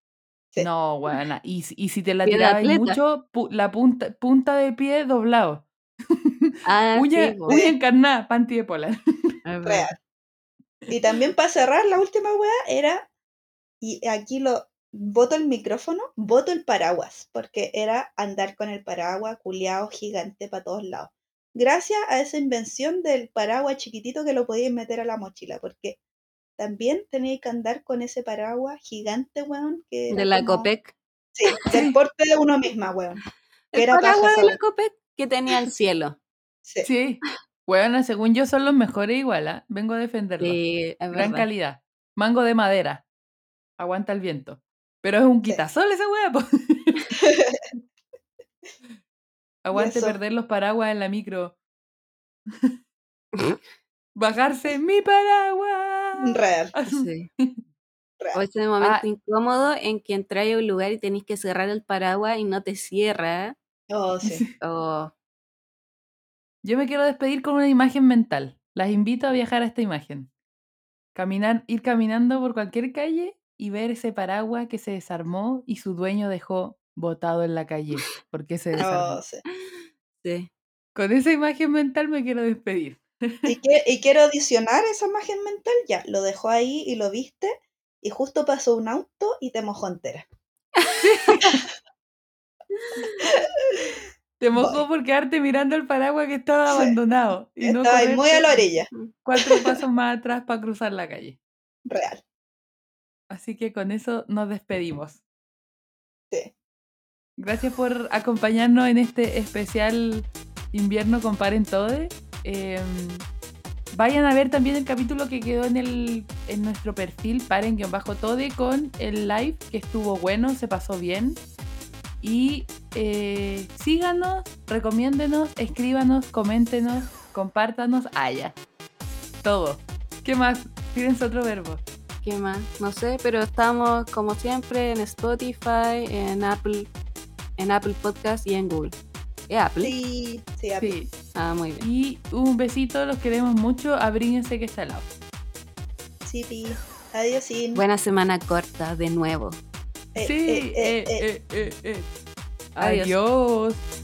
Speaker 1: Sí.
Speaker 3: No, buena. Y, si- y si te la
Speaker 2: Pie de
Speaker 3: tirabas
Speaker 2: atleta.
Speaker 3: mucho, pu- la punta, punta de pie doblado.
Speaker 2: Ah,
Speaker 3: uña
Speaker 2: sí, po,
Speaker 3: uña encarnada, panty de polar.
Speaker 2: es verdad.
Speaker 1: Real. Y también para cerrar, la última weá era, y aquí lo voto el micrófono, voto el paraguas, porque era andar con el paraguas culeado gigante para todos lados. Gracias a esa invención del paraguas chiquitito que lo podíais meter a la mochila, porque también teníais que andar con ese paraguas gigante, weón, que era
Speaker 2: De la
Speaker 1: como-
Speaker 2: Copec.
Speaker 1: Sí, del porte de uno misma, weón.
Speaker 2: El
Speaker 1: Era paja
Speaker 2: paraguas
Speaker 1: esa
Speaker 2: de la
Speaker 1: weá.
Speaker 2: Copec que tenía el cielo.
Speaker 1: Sí.
Speaker 3: Sí. Bueno, según yo son los mejores igual, ¿ah? vengo a defenderlos.
Speaker 2: Sí, es
Speaker 3: Gran
Speaker 2: verdad.
Speaker 3: calidad. Mango de madera. Aguanta el viento. Pero es un
Speaker 1: Sí.
Speaker 3: quitasol esa hueá. po. Aguante
Speaker 1: eso.
Speaker 3: perder los paraguas en la micro. Bajarse mi paraguas.
Speaker 1: Real.
Speaker 2: Sí.
Speaker 1: real.
Speaker 2: O ese momento
Speaker 3: Ah.
Speaker 2: incómodo en que entráis a un lugar y tenéis que cerrar el paraguas y no te cierra.
Speaker 1: Oh, sí.
Speaker 2: O
Speaker 3: Yo me quiero despedir con una imagen mental. Las invito a viajar a esta imagen. Caminar, ir caminando por cualquier calle y ver ese paraguas que se desarmó y su dueño dejó botado en la calle porque se desarmó.
Speaker 1: Oh, sí.
Speaker 2: Sí.
Speaker 3: Con esa imagen mental me quiero despedir.
Speaker 1: Y, que- y quiero adicionar esa imagen mental, ya, lo dejó ahí y lo viste, y justo pasó un auto y te mojó entera.
Speaker 3: Te mojó por quedarte mirando el paraguas que estaba
Speaker 1: Sí.
Speaker 3: abandonado. Y no
Speaker 1: Estaba ahí
Speaker 3: correrte
Speaker 1: muy a la orilla,
Speaker 3: Cuatro pasos más atrás para cruzar la calle.
Speaker 1: real.
Speaker 3: Así que con eso nos despedimos.
Speaker 1: Sí.
Speaker 3: Gracias por acompañarnos en este especial invierno Comparen Todo. Eh, vayan a ver también el capítulo que quedó en, el, en nuestro perfil, paren-tode, con el live que estuvo bueno, se pasó bien. Y eh, síganos, recomiéndenos, escríbanos, coméntenos, compártanos, allá. Todo. ¿Qué más? Pídense otro verbo.
Speaker 2: ¿Qué más? No sé, pero estamos como siempre en Spotify, en Apple, en Apple Podcast y en Google. ¿Es Apple?
Speaker 1: Sí, sí, a-
Speaker 3: Sí.
Speaker 2: Ah, muy bien.
Speaker 3: Y un besito, los queremos mucho. Abríguense que está al lado.
Speaker 1: sí, pi. Adiós, sin.
Speaker 2: Buena semana corta de nuevo.
Speaker 1: Eh,
Speaker 3: sí,
Speaker 1: eh, eh, eh.
Speaker 3: eh, eh, eh, eh.
Speaker 2: Adiós.
Speaker 3: Adiós.